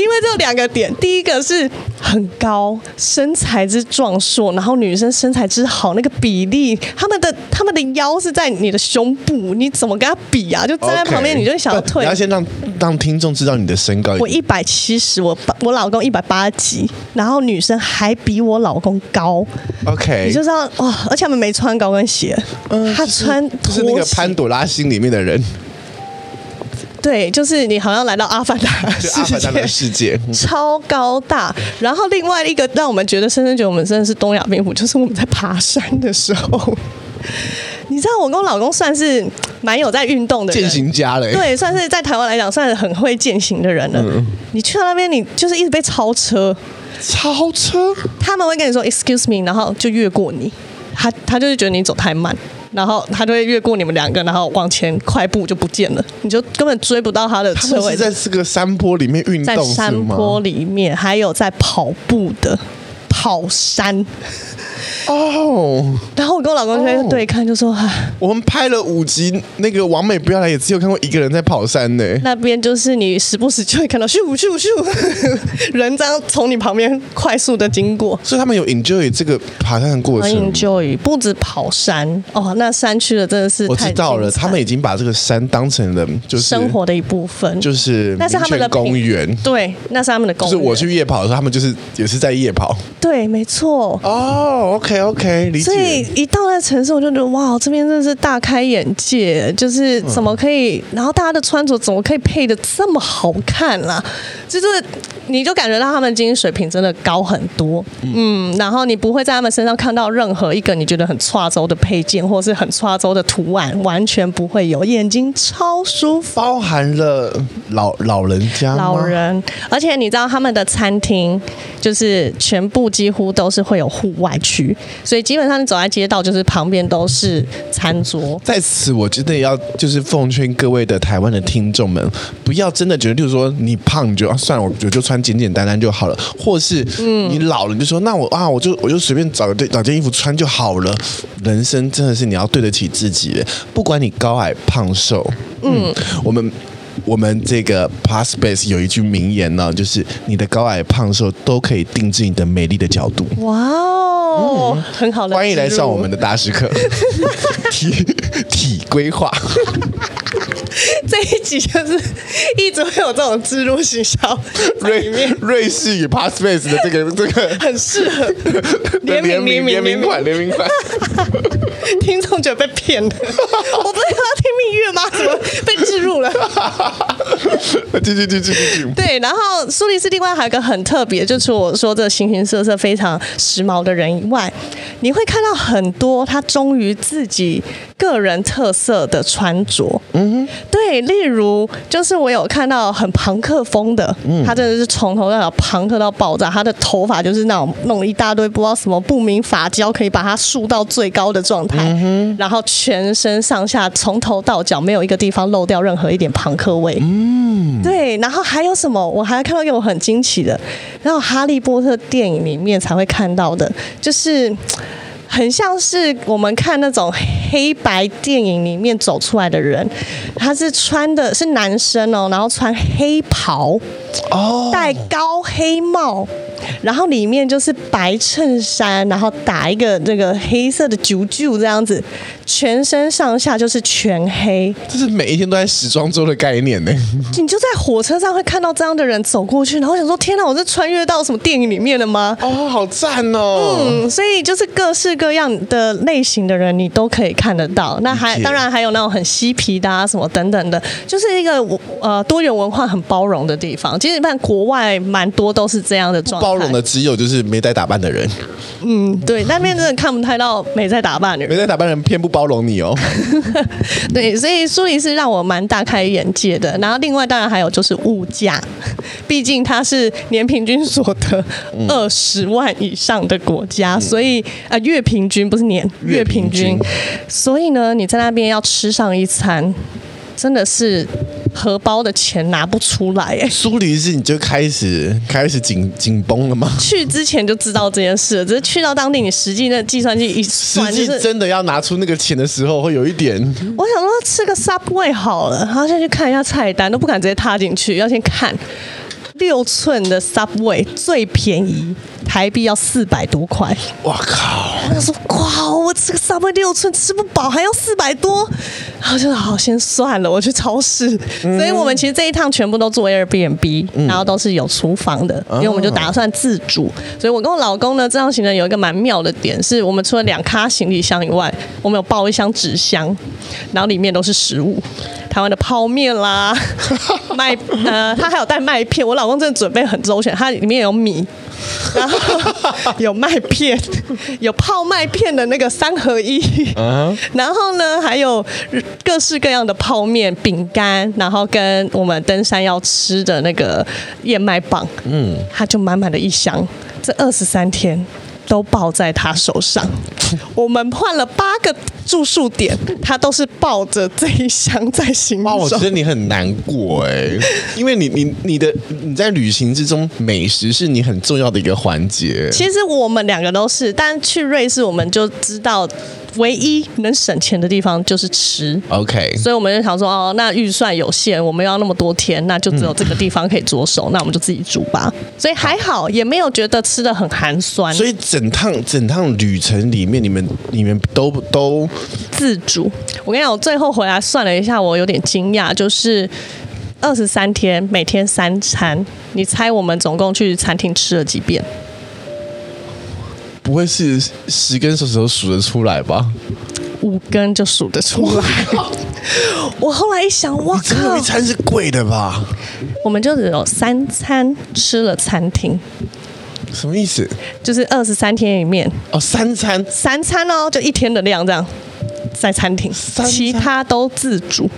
为这有两个点。第一个是很高，身材之壮硕，然后女生身材之好，那个比例，他们的他们的腰是在你的胸部，你怎么跟他比啊？就站在旁边， OK 你就会想要不退你要。先让让听众知道你的身高。我一百七十，我爸我老公一百八几，然后女生还比我老公高， OK，你就知道哇！而且他们没穿高跟鞋，哎嗯他就是穿就拖是鞋。那个潘朵拉星里面的人，对，就是你好像来到阿凡达就世阿凡达的界。世界。超高大，然后另外一个让我们觉得深深觉得我们真的是东亚病夫，就是我们在爬山的时候， 你知道我跟我老公算是蛮有在运动的人践行家嘞，， 对，算是在台湾来讲算是很会践行的人了。嗯你去到那边，你就是一直被超车，超车，他们会跟你说 “excuse me”，然后就越过你，他他就是觉得你走太慢，然后他就会越过你们两个，然后往前快步就不见了，你就根本追不到他的他车们位是。在这个山坡里面运在动是山吗？坡里面，还有在跑步的跑山。哦，然后我跟我老公就在哦对看，就说：“唉我们拍了五集那个《王美不要来》，也只有看过一个人在跑山呢。那边就是你时不时就会看到咻咻咻， 人这样从你旁边快速的经过。”所以他们有 enjoy 这个爬山的过很程吗。 enjoy，不止跑山哦，那山区的真的是我太知道精了，彩他们已经把这个山当成了就是生活的一部分，就是那是他们的民权公品园。对，那是他们的公就园。是我去夜跑的时候，他们就是也是在夜跑。对，没错。哦，OK OK，理所以解。一到那城市，我就觉得哇，这边真的是大开眼界，就是嗯怎么可以，然后大家的穿着怎么可以配的这么好看啦、就是你就感觉到他们经济水平真的高很多，嗯，然后你不会在他们身上看到任何一个你觉得很跨州的配件或是很跨州的图案，完全不会有，眼睛超舒服。包含了老老人家吗老，人，而且你知道他们的餐厅就是全部几乎都是会有户外区，所以基本上你走在街道，就是旁边都是餐桌。在此我真的要就是奉劝各位的台湾的听众们，不要真的觉得，就是说你胖你就啊算了，我我就穿简简单单就好了，或是你老了你就说那我啊我就我就随便找个对找件衣服穿就好了。人生真的是你要对得起自己的，不管你高矮胖瘦，嗯，我们。我们这个 Plus Space 有一句名言呢、就是你的高矮胖瘦都可以定制你的美丽的角度。哇哦，很好的，嗯欢迎来上我们。的大师课， 体体规划。 这一集就是一直会有这种植入行销在里瑞面，瑞士与 Passpace 的这个这个很适合联 联名联名联名名款联名款， 听众觉得被骗了，我不是要听蜜月吗？怎么被植入了？继续继续继续。对，然后苏黎世另外还有一个很特别，就除了我说这形形色色非常时髦的人以外，你会看到很多他忠于自己个人特色的穿着。嗯哼，对，例如就是我有看到很朋克风的，他真的是从头到脚朋克到爆炸，他的头发就是那种弄了一大堆不知道什么不明发胶，可以把它束到最高的状态，然后全身上下从头到脚没有一个地方漏掉任何一点朋克味。对，然后还有什么？我还看到一个我很惊奇的，然后《哈利波特》电影里面才会看到的，就是嘖很像是我们看那种黑白电影里面走出来的人，他是穿的是男生哦，然后穿黑袍，哦，戴高黑帽，然后里面就是白衬衫，然后打一个那个黑色的啾啾这样子，全身上下就是全黑。这是每一天都在时装周的概念呢。你就在火车上会看到这样的人走过去，然后想说：天哪，我是穿越到什么电影里面了吗？哦，好赞哦！嗯，所以就是各式各样的类型的人，你都可以看得到。那还理解当然还有那种很嬉皮的啊，什么等等的，就是一个呃多元文化很包容的地方。其实你看国外蛮多都是这样的状态，包容的。只有就是没在打扮的人，嗯，对，那边真的看不太到美在打扮的人没。在打扮的人偏不包容你 哦。对，所以苏黎世让我蛮大开眼界的。然后另外当然还有就是物价， 毕竟它是年平均所得二十万以上的国家，所以啊、呃月平均不是年月嗯月平平均，均所以呢你在那边要吃上一餐，真的是荷包的钱拿不出来哎。苏黎世你就开始开始紧紧绷了吗？去之前就知道这件事了，只是去到当地，你实际那计算机一实算，就际是真的要拿出那个钱的时候，会有一点我想说吃个 Subway 好了，然后先去看一下菜单，都不敢直接踏进去，要先看。六寸的 Subway 最便宜台币要四百多块。哇靠！我想说，哇，我这个 Subway 六寸吃不饱，还要四百多，然后就好先算了，我去超市。所以我们其实这一趟全部都做 Airbnb，、然后都是有厨房的，因为我们就打算自主。所以我跟我老公呢，这趟行程有一个蛮妙的点，是我们除了两咖行李箱以外，我们有抱一箱纸箱，然后里面都是食物，台湾的泡面啦，麦呃，他还有带麦片，我老公真的准备很周全，它里面有米，然后 有麦片，有泡麦片的那个三合一，然后呢，还有各式各样的泡面、饼干，然后跟我们登山要吃的那个燕麦棒，嗯，他就满满的一箱，这二十三天。都抱在他手上，我们换了八个住宿点，他都是抱着这一箱在行哇，我觉走。得哦你很难过哎、因为你你你的你在旅行之中，美食是你很重要的一个环节。其实我们两个都是，但去瑞士我们就知道，唯一能省钱的地方就是吃。 OK，所以我们就想说，哦，那预算有限，我们要那么多天，那就只有这个地方可以着手，嗯那我们就自己煮吧。所以还好，也没有觉得吃的很寒酸，所以整趟整趟旅程里面，你们你们都都自主。我跟你讲，我最后回来算了一下，我有点惊讶，就是二十三天，每天三餐，你猜我们总共去餐厅吃了几遍？不会是十根手指头数得出来吧？五根就数得出来。我后来一想，哇只有靠一！餐是贵哦的吧？我们就只有三餐吃了餐厅，什么意思？就是二十三天里面哦，三餐三餐哦，就一天的量这样，在餐厅，三餐其他都自主。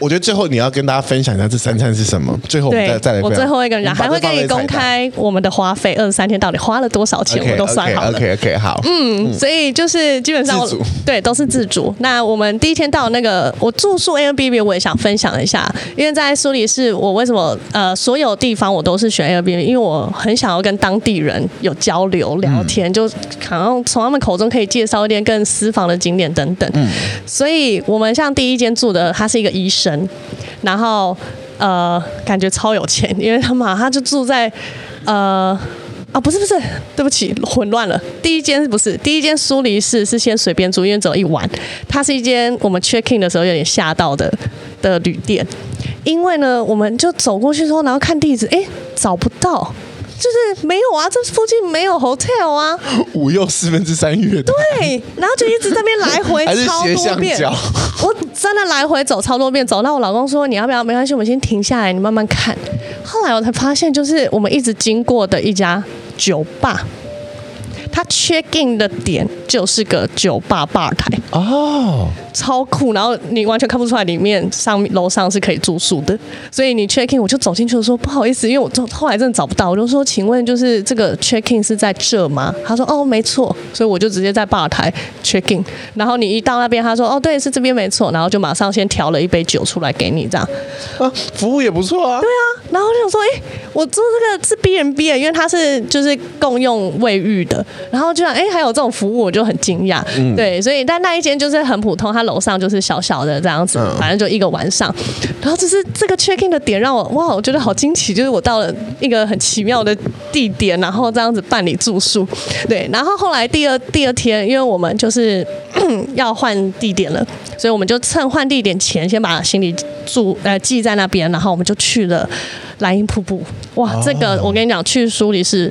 我觉得最后你要跟大家分享一下这三餐是什么。最后我们再对再来，我分享，最后一个人我们把还这会跟你放在公彩蛋。开我们的花费，二十三天到底花了多少钱，我都算好了。 OK OK，好，嗯，嗯，所以就是基本上我自主 对都是自主。那我们第一天到那个我住宿 Airbnb，我也想分享一下，因为在苏黎世，我为什么呃所有地方我都是选 Airbnb，因为我很想要跟当地人有交流聊天，就好像从他们口中可以介绍一点更私房的景点等等。所以我们像第一间住的，他是一个医生，然后呃感觉超有钱，因为他嘛他就住在呃。啊，不是不是，对不起，混乱了。第一间不是第一间苏黎世是先随便住，因为只有一晚。它是一间我们 check in 的时候有点吓到的的旅店，因为呢，我们就走过去之后，然后看地址，哎，找不到，就是没有啊，这附近没有 hotel 啊，五又四分之三月的，对，然后就一直在那边来 还是回超斜多向遍角， 我真的来回走超多遍，走到我老公说你要不要？没关系，我们先停下来，你慢慢看。后来我才发现，就是我们一直经过的一家酒吧，它 check in 的点就是个酒吧吧台，哦，超酷。然后你完全看不出来里面上楼上是可以住宿的，所以你 check in 我就走进去说不好意思，因为我后后来真的找不到，我就说请问就是这个 check in 是在这吗？他说哦没错，所以我就直接在吧台 check in，然后你一到那边他说哦对是这边没错，然后就马上先调了一杯酒出来给你这样。啊，服务也不错啊，对啊，然后我就想说，哎、我做这个是 B N B 的，因为它是就是共用卫浴的，然后居然哎、诶还有这种服务，我就很惊讶。对，所以但那一间就是很普通，它楼上就是小小的这样子，反正就一个晚上。然后就是这个 check in 的点让我哇，我觉得好惊奇，就是我到了一个很奇妙的地点，然后这样子办理住宿。对，然后后来第二第二天，因为我们就是 要换地点了，所以我们就趁换地点前先把行李住呃寄在那边，然后我们就去了莱茵瀑布。哇，这个我跟你讲，去苏黎世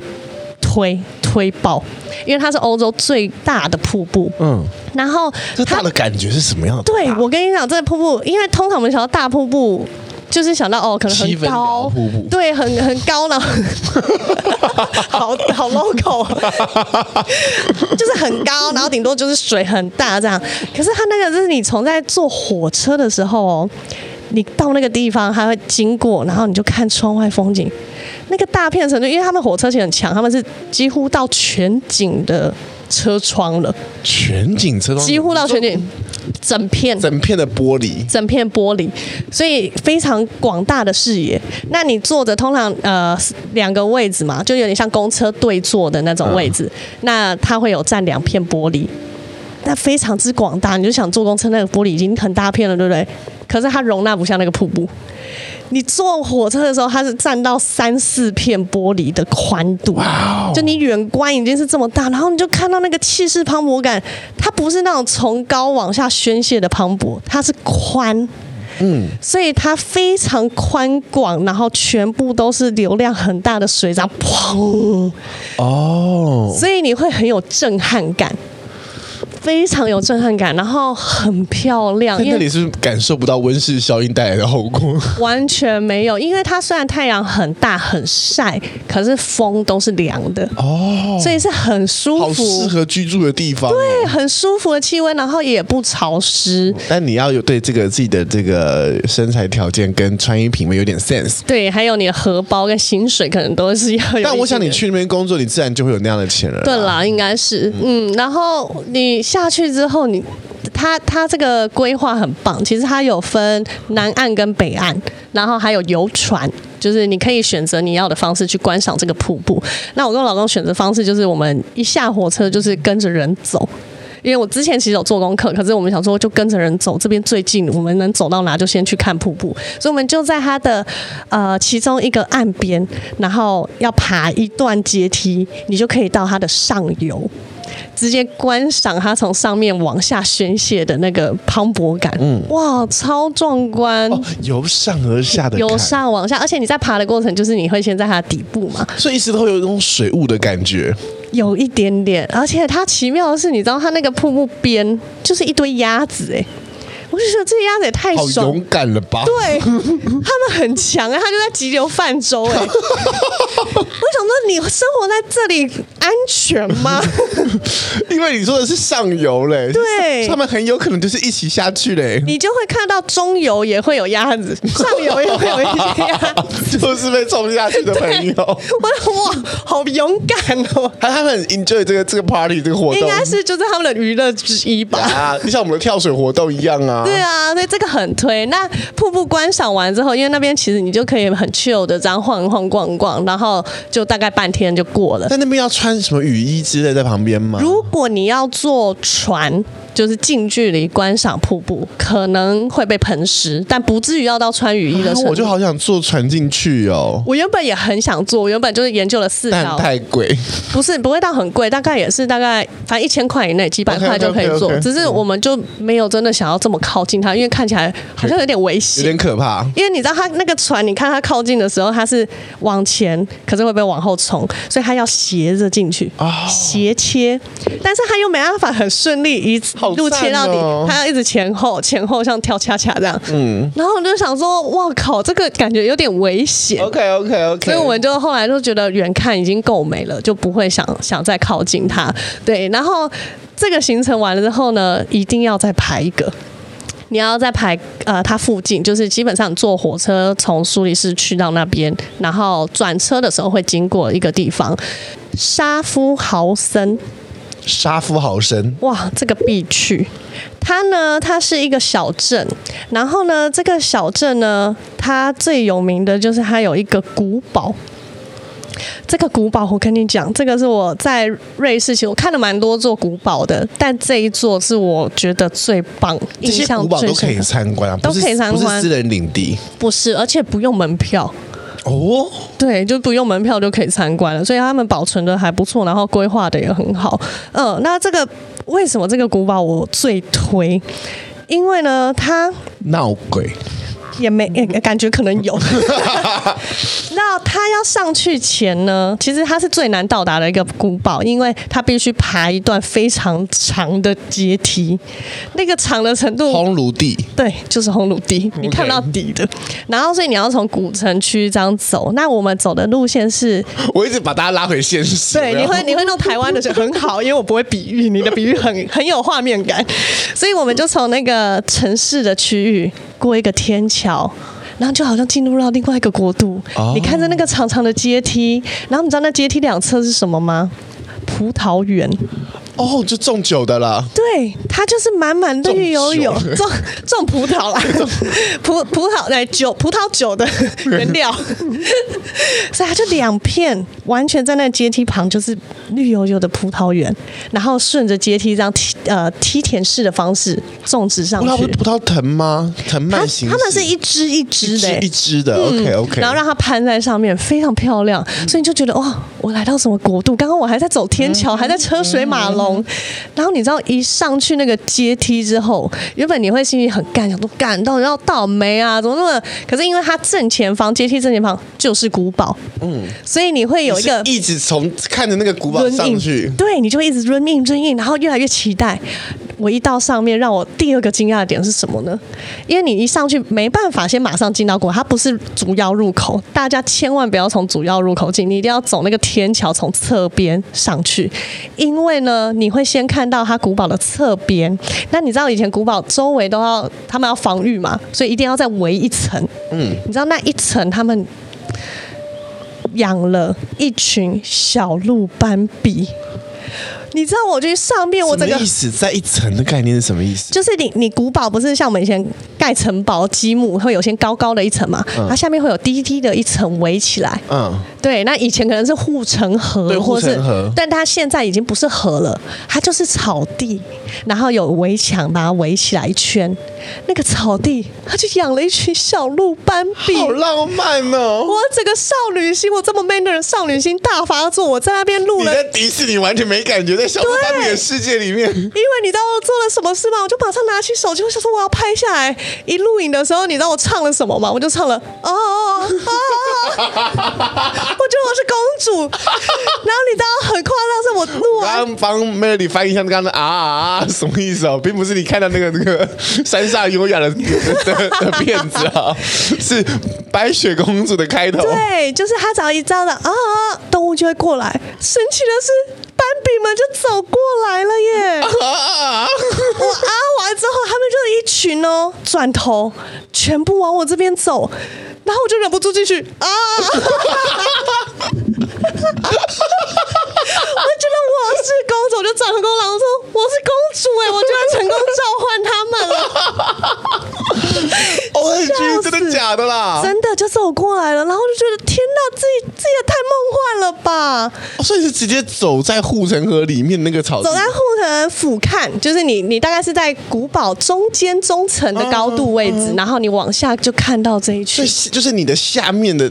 推推爆，因为它是欧洲最大的瀑布。嗯，然后这它大的感觉是什么样的？对我跟你讲，这个瀑布，因为通常我们想到大瀑布。就是想到哦，可能七很分高高瀑布，对，很很高呢， 好好 local，哦 就是很高，然后顶多就是水很大这样。可是它那个就是你从在坐火车的时候哦，你到那个地方，它会经过，然后你就看窗外风景，那个大片程度，因为他们火车其实很强，他们是几乎到全景的车窗了，全景车窗，几乎到全景，整片整片的玻璃，整片玻璃，所以非常广大的视野。那你坐着通常呃两个位置嘛，就有点像公车对坐的那种位置，嗯那它会有占两片玻璃，那非常之广大。你就想坐公车那个玻璃已经很大片了，对不对？可是它容纳不下那个瀑布。你坐火车的时候，它是占到三四片玻璃的宽度，哦就你远观已经是这么大，然后你就看到那个气势磅礴感，它不是那种从高往下宣泄的磅礴，它是宽。嗯，所以它非常宽广，然后全部都是流量很大的水闸，砰！哦，所以你会很有震撼感，非常有震撼感，然后很漂亮，在因那为里是不是感受不到温室效应带来的后果。完全没有，因为它虽然太阳很大很晒，可是风都是凉的，哦，所以是很舒 好适服，合居住的地方哦。对，很舒服的气温，然后也不潮湿。但你要有对这个自己的这个身材条件跟穿衣品味有点 sense。对，还有你的荷包跟薪水可能都是要有一点。但我想你去那边工作，你自然就会有那样的钱了。对，啦，应该是嗯。然后你下去之后你，它它这个规划很棒。其实它有分南岸跟北岸，然后还有游船，就是你可以选择你要的方式去观赏这个瀑布。那我跟我老公选择方式就是我们一下火车就是跟着人走。因为我之前其实有做功课，可是我们想说就跟着人走，这边最近我们能走到哪就先去看瀑布，所以我们就在它的呃其中一个岸边，然后要爬一段阶梯，你就可以到它的上游，直接观赏它从上面往下宣泄的那个磅礴感，嗯，哇，超壮观。哦，由上而下的，由，上往下，而且你在爬的过程，就是你会先在它的底部嘛，所以一直都会有一种水雾的感觉。有一点点，而且它奇妙的是，你知道它那个瀑布边就是一堆鸭子哎、我就觉得这些鸭子也太好爽，勇敢了吧？对他们很强啊，它就在急流泛 舟哎、我想说你生活在这里安全 吗？因为你说的是上游嘞，对他们很有可能就是一起下去 嘞， 你就会看到中游也会有鸭子，上游也会有一些鸭子。 就是被冲下去的朋友。我想哇，好勇敢哦！他他们很 enjoy 这个这个 party 这个活动，应该是就是他们的娱乐之一吧。啊，就像我们的跳水活动一样啊。对啊，所以这个很推。那瀑布观赏完之后，因为那边其实你就可以很 chill 的这样晃一晃、逛一逛，然后就大概半天就过了。在那边要穿什么雨衣之类在旁边吗？如果你要坐船，就是近距离观赏瀑布，可能会被喷湿，但不至于要到穿雨衣的啊程度。我就好想坐船进去哦，我原本也很想做，我原本就是研究了四但条，太贵。不是不会到很贵，大概也是大概反正一千块以内，几百块 OK，OK，OK，就可以做。 OK 只是我们就没有真的想要这么靠近它，因为看起来好像有点危有险。点可怕。因为你知道它那个船，你看它靠近的时候，它是往前，可是会不会往后冲？所以它要斜着进去，哦斜切。但是它又没办法很顺利一次好一路切到底赞哦，它要一直前后前后像跳恰恰这样。嗯，然后我就想说，哇靠，这个感觉有点危险。 OK OK OK，所以我们就后来就觉得远看已经够美了，就不会想想再靠近它。对，然后这个行程完了之后呢，一定要再排一个。你要再排呃，它附近就是基本上你坐火车从苏黎世去到那边，然后转车的时候会经过一个地方，沙夫豪森。杀夫好神哇，这个必去。它呢，它是一个小镇，然后呢，这个小镇呢，它最有名的就是它有一个古堡。这个古堡，我跟你讲，这个是我在瑞士，其实我看了蛮多座古堡的，但这一座是我觉得最棒，这印些象古堡最都可以深刻。参观啊，都不是可以参观不是私人领地不是，而且不用门票。哦。对，就不用门票就可以参观了，所以他们保存的还不错，然后规划的也很好。嗯，那这个为什么这个古堡我最推？因为呢，它闹鬼也没、也感觉可能有。那它要上去前呢，其实它是最难到达的一个古堡，因为它必须爬一段非常长的阶梯，那个长的程度烘炉地，对，就是红鲁地，你看到底的。然后，所以你要从古城区这样走。那我们走的路线是， 我一直把大家拉回现实。对，有没你有会你会弄台湾的是很好，因为我不会比喻，你的比喻很很有画面感。所以我们就从那个城市的区域过一个天桥。然后就好像进入到另外一个国度哦你看着那个长长的阶梯，然后你知道那阶梯两侧是什么吗？葡萄园。哦，就中酒的啦。对，它就是满满绿油油种酒 种种葡萄啦， 葡葡萄哎酒葡萄酒的原料， 所以它就两片，完全在那阶梯旁就是绿油油的葡萄园，然后顺着阶梯这样梯呃梯田式的方式种植上葡萄不是去。葡萄藤吗？藤它蔓形式，它们是一支一支的、一支欸一支的。OK OK，嗯然后让它攀在上面，非常漂亮，嗯所以你就觉得哇，我来到什么国度？刚刚我还在走天嗯桥，还在车水马龙，然后你知道一上去那个阶梯之后，原本你会心里很干，想说干到底要倒霉啊，怎么那么？可是因为它正前方阶梯正前方就是古堡，嗯，所以你会有一个你是一直从看着那个古堡 run 上 in，去，对你就会一直 run in run in，然后越来越期待。我一到上面，让我第二个惊讶的点是什么呢？因为你一上去没办法先马上进到国，它不是主要入口，大家千万不要从主要入口进，你一定要走那个天桥从侧边上去，因为呢你会先看到它古堡的侧边。那你知道以前古堡周围都要他们要防御嘛，所以一定要再围一层。嗯，你知道那一层他们养了一群小鹿斑比。你知道我去上面，我什整么个意思？在一层的概念是什么意思？就是你你古堡不是像我们以前盖城堡积木会有些高高的一层嘛，它下面会有低低的一层围起来。嗯，对，那以前可能是护城河，对或护是城河但它现在已经不是河了，它就是草地，然后有围墙把它围起来一圈。那个草地，它就养了一群小鹿斑比，好浪漫哦！我整个少女心，我这么 man 的人，少女心大发作。我在那边录你了，在因迪士尼完全没感觉，在小鹿斑比的世界里面，为你知道我做了什么事吗？我就马上拿起手机，我想说我要拍下来。一录影的时候，你知道我唱了什么吗？我就唱了哦哦哦，哦我觉得我是公主。然后你知道很夸张，是我录完刚刚帮 Melody 翻译一下刚刚的啊啊啊什么意思哦，并不是你看到那个那个 山下优雅的的的的片子啊，是白雪公主的开头。对，就是他只要一招的啊，动物就会过来。神奇的是，斑比们就走过来了耶！ 啊啊啊！我啊完之后，他们就一群哦，转头全部往我这边走，然后我就忍不住继续啊，我觉得我是公主，我就转头跟我老公说我是公主哎、我居然成功召唤他们了。 O N G，笑哎真死的假的啦？真的就走过来了，然后就觉得天哪，自己自己也太梦幻了吧！哦所以是直接走在护城河里面那个草地走在护城俯瞰，就是你你大概是在古堡中间中层的高度位置，然后你往下就看到这一所群以是就是你的下面的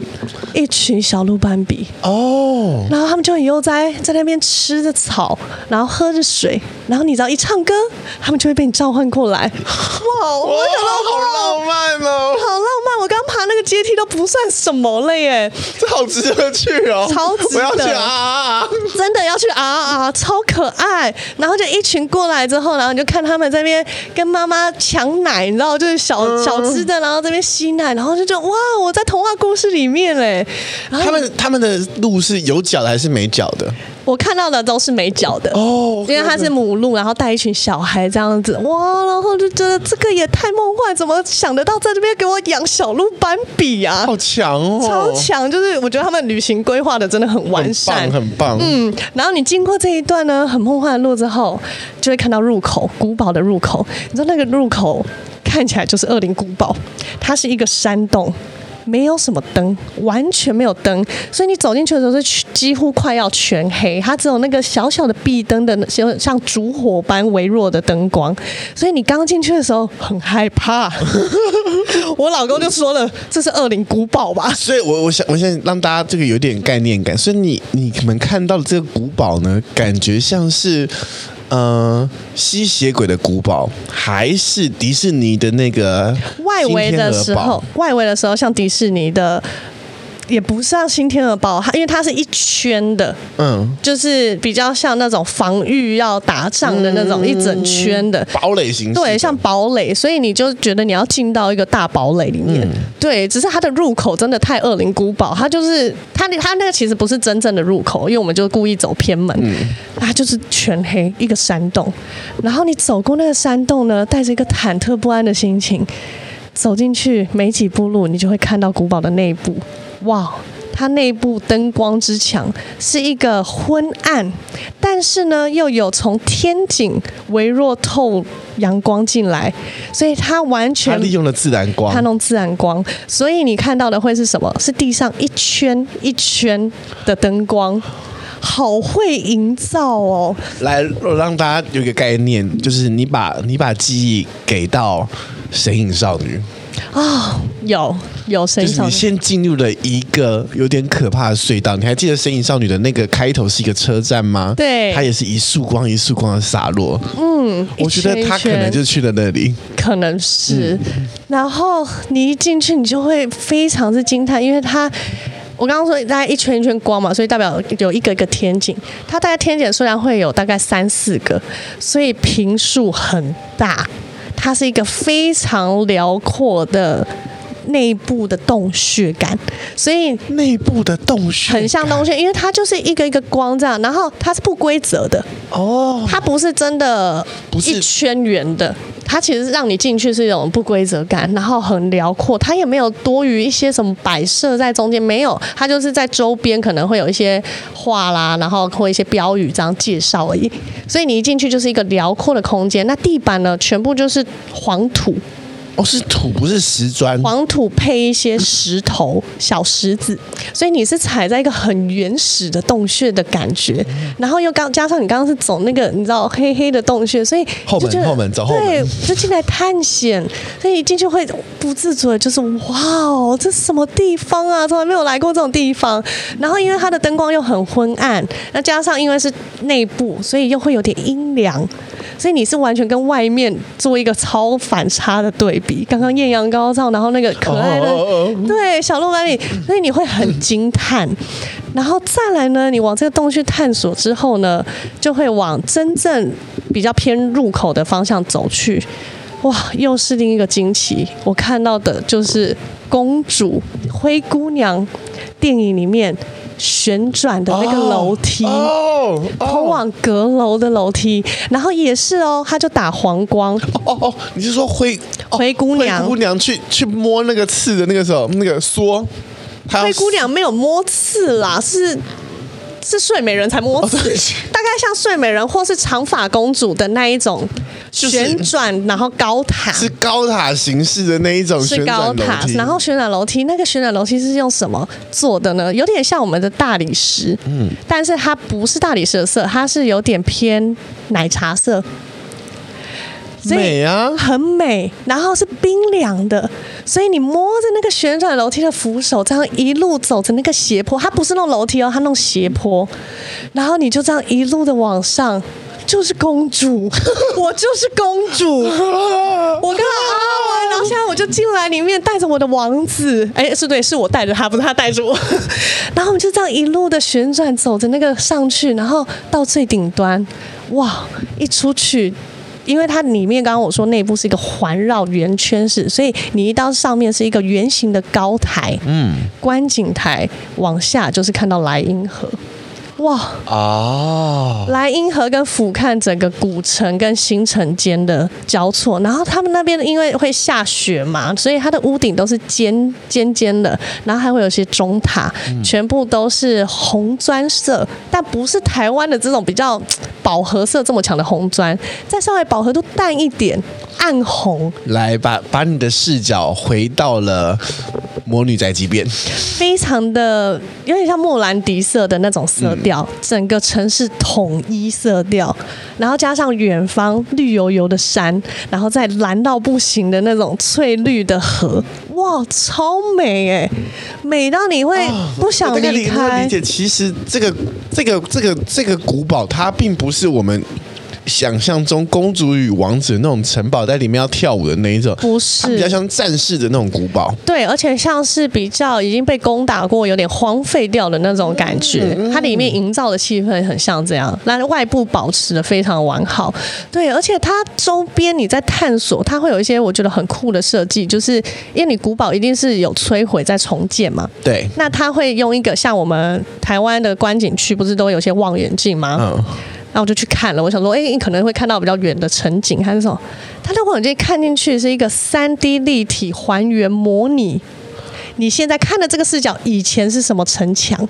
一群小鹿斑比，哦，然后他们就很悠哉在那边吃着草，然后喝着水，然后你只要一唱歌，他们就会被你召唤过来。哇，哇我想到哇哦好浪漫哦，好浪漫！我刚爬那个阶梯都不算什么了耶，这好值得去哦，超值得我要去啊啊啊！真的要去啊啊啊，超可爱。然后就一群过来之后，然后你就看他们这边跟妈妈抢奶，你知道，就是小、小吃的，然后这边吸奶，然后就觉得哇，我在童话故事里面嘞。然后他们他们的路是有脚的还是没脚的？我看到的都是没脚的哦因为它是母鹿，然后带一群小孩这样子，哇，然后就觉得这个也太梦幻，怎么想得到在这边给我养小鹿斑比啊？好强哦，超，强，就是我觉得他们旅行规划的真的很完很善棒，，很棒。嗯，嗯，然后你经过这一段呢，很梦幻的路之后，就会看到入口，古堡的入口。你知道那个入口看起来就是恶灵古堡，它是一个山洞。没有什么灯，完全没有灯，所以你走进去的时候是几乎快要全黑，它只有那个小小的壁灯的那些像烛火般微弱的灯光，所以你刚进去的时候很害怕。 我老公就说了：“这是恶灵古堡吧？”所以我我想我现在让大家这个有点概念感。所以你你们看到的这个古堡呢，感觉像是。呃，吸血鬼的古堡还是迪士尼的那个外围的时新天鹅堡候，外围的时候像迪士尼的，也不像新天鹅堡，它因为它是一圈的，嗯，就是比较像那种防御要打仗的那种一整圈的。堡垒嗯形式的，对，像堡垒，所以你就觉得你要进到一个大堡垒里面。对，只是它的入口真的太恶灵古堡，它就是它它那个其实不是真正的入口，因为我们就故意走偏门，它就是全黑一个山洞。然后你走过那个山洞呢，带着一个忐忑不安的心情走进去，没几步路你就会看到古堡的内部。哇，它内部灯光之强，是一个昏暗，但是呢又有从天井微弱透阳光进来，所以它完它全利用了自然光它，弄自然光，所以你看到的会是什么？是地上一圈一圈的灯光，好会营造哦。来让大家有一个概念，就是你把你把记忆给到神隐少女，啊、有有声音就是上你去，先进入了一个有点可怕的隧道。你还记得《神隐少女》的那个开头是一个车站吗？对它也是一束光一束光的洒落。嗯，我觉一圈得一她可圈能就去了那里。可能是。然后你一进去，你就会非常之惊叹，因为它。我刚刚说大概一圈一圈光嘛，所以代表有一个一个天井。它大概天井虽然会有大概三四个，所以平数很大。它是一个非常辽阔的内部的洞穴感，所以内部的洞穴很像洞穴，因为它就是一个一个光这样，然后它是不规则的，哦，它不是真的不是一圈圆的，它其实让你进去是一种不规则感，然后很辽阔，它也没有多余一些什么摆设在中间，没有，它就是在周边可能会有一些画啦，然后或一些标语这样介绍而已。所以你一进去就是一个辽阔的空间，那地板呢全部就是黄土，哦是土不是石砖，黄土配一些石头、小石子，所以你是踩在一个很原始的洞穴的感觉，然后又刚加上你刚刚是走那个你知道黑黑的洞穴，所以后门就觉得后门走后门对，就进来探险，所以一进去会不自主的就是哇哦，这是什么地方啊？从来没有来过这种地方。然后因为它的灯光又很昏暗，那加上因为是内部，所以又会有点阴凉，所以你是完全跟外面做一个超反差的对比。刚刚艳阳高照，然后那个可爱的哦哦哦哦对小鹿斑比，所以你会很惊叹。然后再来呢，你往这个洞去探索之后呢，就会往真正比较偏入口的方向走去。哇，又是另一个惊奇！我看到的就是公主、灰姑娘电影里面旋转的那个楼梯。哦哦通往阁楼的楼梯，然后也是哦，它就打黄光，哦哦，你是说灰哦灰姑娘灰姑娘去去摸那个刺的那个时候，那个梭，她要灰姑娘没有摸刺啦，是是睡美人才摸刺，哦对不起 大概像睡美人或是长发公主的那一种就是旋转，然后高塔。是高塔形式的那一种是旋转高楼塔，梯，然后旋转楼梯，那个旋转楼梯是用什么做的呢？有点像我们的大理石，嗯，但是它不是大理石的色，它是有点偏奶茶色，所以美啊很美，然后是冰凉的，所以你摸着那个旋转楼梯的扶手，这样一路走着那个斜坡，它不是那种楼梯哦，它那种斜坡，然后你就这样一路的往上，就是公主， 我就是公主，我跟阿文，然后现在我就进来里面，带着我的王子，哎，是对，是我带着他，不是他带着我， 然后我们就这样一路的旋转走着那个上去，然后到最顶端，哇，一出去。因为它里面刚刚我说内部是一个环绕圆圈式，所以你一到上面是一个圆形的高台，嗯，观景台，往下就是看到莱茵河，哇，啊，莱茵河跟俯瞰整个古城跟新城间的交错，然后他们那边因为会下雪嘛，所以它的屋顶都是尖尖尖的，然后还会有一些钟塔，全部都是红砖色，但不是台湾的这种比较饱和色这么强的红砖，再稍微饱和度淡一点，暗红，来把把你的视角回到了魔女宅急便，非常的有点像莫兰迪色的那种色调，嗯整个城市统一色调，然后加上远方绿油油的山，然后再蓝到不行的那种翠绿的河，哇，超美哎，美到你会不想哦我那个离理那个开理。解，其实这个这个这个这个古堡，它并不是我们想象中公主与王子那种城堡在里面要跳舞的那一种，不它比较是，像战士的那种古堡。对，而且像是比较已经被攻打过、有点荒废掉的那种感觉，它里面营造的气氛很像这样，那外部保持的非常完好。对，而且它周边你在探索，它会有一些我觉得很酷的设计，就是因为你古堡一定是有摧毁再重建嘛，对，那它会用一个像我们台湾的观景区，不是都有些望远镜吗？嗯，然后我就去看了，我想说，哎、你可能会看到比较远的城景还是什么。它的望远镜看进去是一个三 D 立体还原模拟，你现在看的这个视角，以前是什么城墙，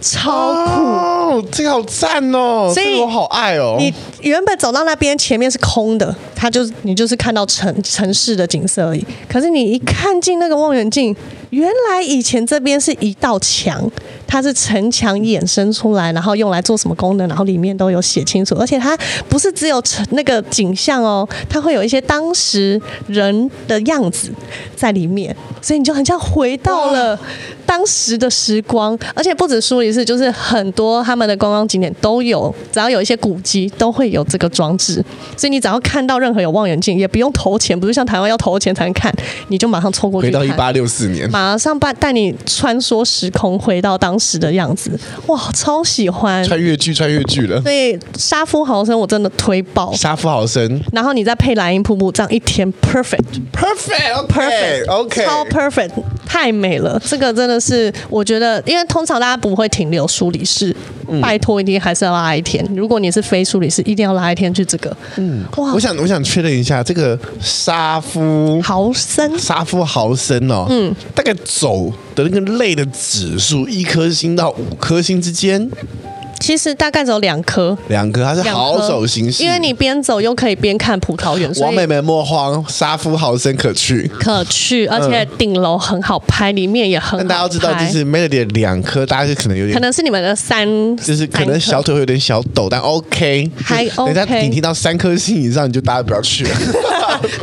超酷。哦，这个好赞哦，所以这个我好爱哦。你原本走到那边，前面是空的，它就是你就是看到城城市的景色而已。可是你一看进那个望远镜，原来以前这边是一道墙，它是城墙衍生出来，然后用来做什么功能，然后里面都有写清楚。而且它不是只有城那个景象哦，它会有一些当时人的样子在里面，所以你就很像回到了当时的时光。而且不止苏黎世，就是很多他们的观光景点都有，只要有一些古迹都会有这个装置，所以你只要看到任何有望远镜，也不用投钱，不是像台湾要投钱才能看，你就马上冲过去回到看一八六四年，马上把带你穿梭时空，回到当时的样子，哇，超喜欢！穿越剧，穿越剧了。所以沙夫豪森我真的推爆，沙夫豪森然后你再配莱茵瀑布，这样一天 perfect。 ，perfect，perfect，OK，、超 perfect，太美了。这个真的是，我觉得，因为通常大家不会停留苏黎世，嗯拜托一定还是要拉一天。如果你是非苏黎世，一定要拉一天去这个。嗯，哇我，想，我想确认一下，这个沙夫豪森沙夫豪森哦，嗯，大概走的那个累的指数，一颗星到五颗星之间，其实大概只有两颗，两颗，它是两颗好手形式。因为你边走又可以边看葡萄园，所王美以美莫慌，沙夫豪森可去。可去，而且顶楼很好拍，里面也很好嗯但拍。大家要知道，就是 Melody 的两颗，大家就可能有可点。能是你们的三，就是可能小三颗腿会有点小抖，但 OK，还就是人家 OK 你听到三颗星以上，你就大家不要去 了。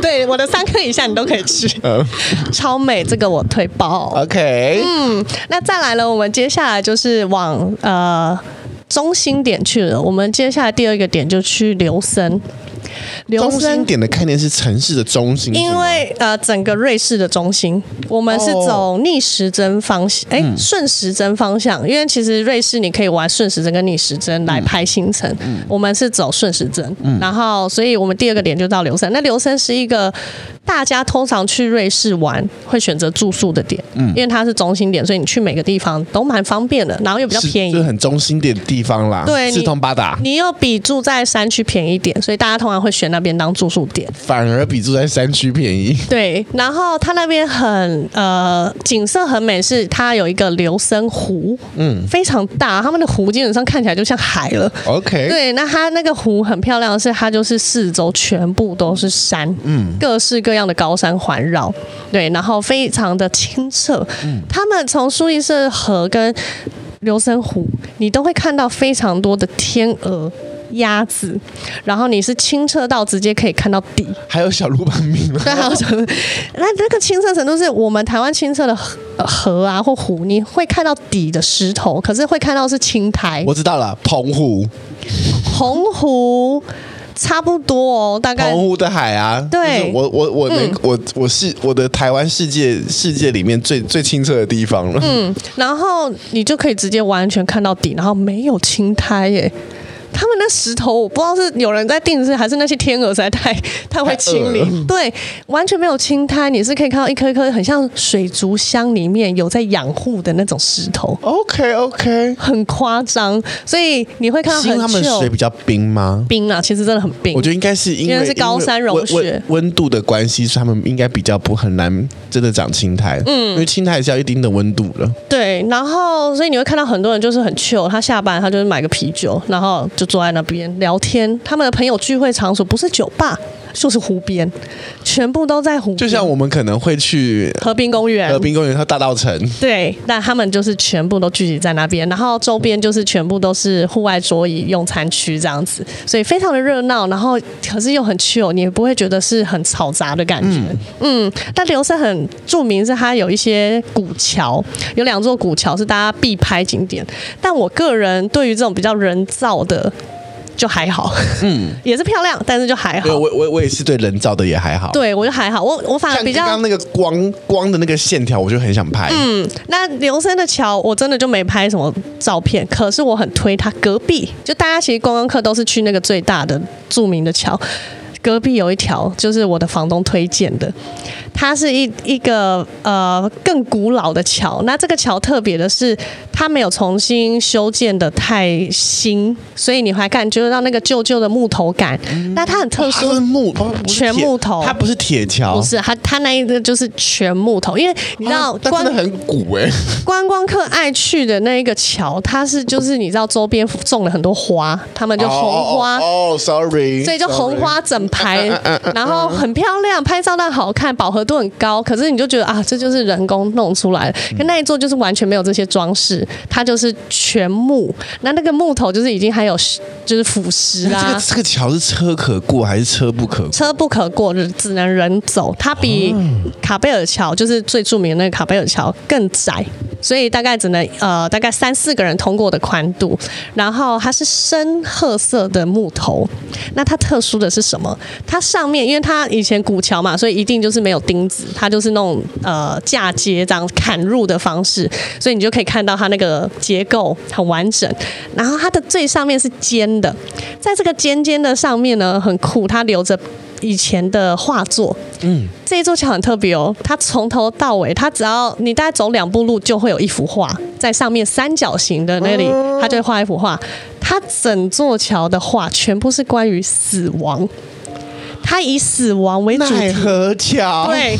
对我的三颗以下你都可以去，嗯超美，这个我推爆。 OK，嗯，那再来了，我们接下来就是往呃中心点去了。我们接下来第二个点就去琉森，琉中心森。点的概念是城市的中心，是因吗为呃，整个瑞士的中心，我们是哦走逆时针方向，哎、嗯顺时针方向。因为其实瑞士你可以玩顺时针跟逆时针来拍行程，嗯我们是走顺时针。然后，所以我们第二个点就到琉森。那琉森是一个大家通常去瑞士玩会选择住宿的点，嗯因为它是中心点，所以你去每个地方都蛮方便的，然后又比较是便宜就是。很中心点的地方啦，对你四通八达，你又比住在山区便宜一点，所以大家通常会选那边当住宿点。反而比住在山区便宜。 对，然后它那边很呃景色很美，是它有一个流森湖，嗯，哦非常大，他们的湖基本上看起来就像海了。 OK，对，那它那个湖很漂亮的是，它就是四周全部都是山，嗯，各式各样的高山环绕，对，然后非常的清澈。他们从苏黎世河跟琉森湖，你都会看到非常多的天鹅。鸭子，然后你是清澈到直接可以看到底，还有小鹿斑比 吗？对，还有什么？那那个清澈程度是我们台湾清澈的河河啊或湖，你会看到底的石头，可是会看到是青苔、我知道了，澎湖，洪湖，差不多哦，大概澎湖的海啊，对嗯就是我我我能、我我是我的台湾世界世界里面最最清澈的地方了。嗯，然后你就可以直接完全看到底，然后没有青苔耶。他们那石头，我不知道是有人在定制，还是那些天鹅实在太太会清太恶理。对，完全没有青苔，你是可以看到一颗一颗很像水族箱里面有在养护的那种石头。 OK OK，很夸张，所以你会看到是因为他很们水秀比较冰吗？冰啊，其实真的很冰。我觉得应该是因为因为是高山因为融雪温温温度的关系，所以他们应该比较不很难真的长青苔。嗯，因为青苔是要一定的温度了。对，然后所以你会看到很多人就是很 chill，他下班他就是买个啤酒，然后就坐在那边聊天。他们的朋友聚会场所不是酒吧，就是湖边，全部都在湖边，就像我们呃可能会去河滨公园河。滨公园和大道城，对，那他们就是全部都聚集在那边，然后周边就是全部都是户外桌椅、用餐区这样子，所以非常的热闹，然后可是又很 chill，你也不会觉得是很嘈杂的感觉。嗯，但琉森很著名是它有一些古桥，有两座古桥是大家必拍景点，但我个人对于这种比较人造的。就还好，嗯， 也是漂亮，但是就还对好。我我我也是对人造的也还好。对我就还好，我我反而像比刚较刚那个光光的那个线条，我就很想拍。嗯，那刘森的桥我真的就没拍什么照片，可是我很推它隔壁，就大家其实观光客都是去那个最大的著名的桥。隔壁有一条，就是我的房东推荐的，它是一一个呃更古老的桥。那这个桥特别的是，它没有重新修建的太新，所以你还感觉得到那个旧旧的木头感。那它很特殊，它是木，哦不是铁全木头它不是铁桥，不是它它那一个就是全木头，因为你知道啊但观、真的很古哎、观光客爱去的那一个桥，它是就是你知道周边种了很多花，他们就红花。哦、s o r r y 所以就红花整嗯排，然后很漂亮，拍照量好看，饱和度很高。可是你就觉得啊，这就是人工弄出来的。可那一座就是完全没有这些装饰，它就是全木。那那个木头就是已经还有就是腐这蚀 个啊，这个桥是车可过还是车不可过？车不可过，只能人走。它比卡贝尔桥，就是最著名的那个卡贝尔桥更窄，所以大概只能呃大概三四个人通过的宽度。然后它是深褐色的木头，那它特殊的是什么？它上面因为它以前古桥嘛，所以一定就是没有钉子，它就是那种呃嫁接这样砍入的方式，所以你就可以看到它那个结构很完整。然后它的最上面是尖的，在这个尖尖的上面呢，很酷，它留着。以前的画作，嗯，这一座桥很特别哦，它从头到尾，它只要你大概走两步路，就会有一幅画在上面三角形的那里，它就会画一幅画。它整座桥的画全部是关于死亡，它以死亡为主题奈何桥，，对，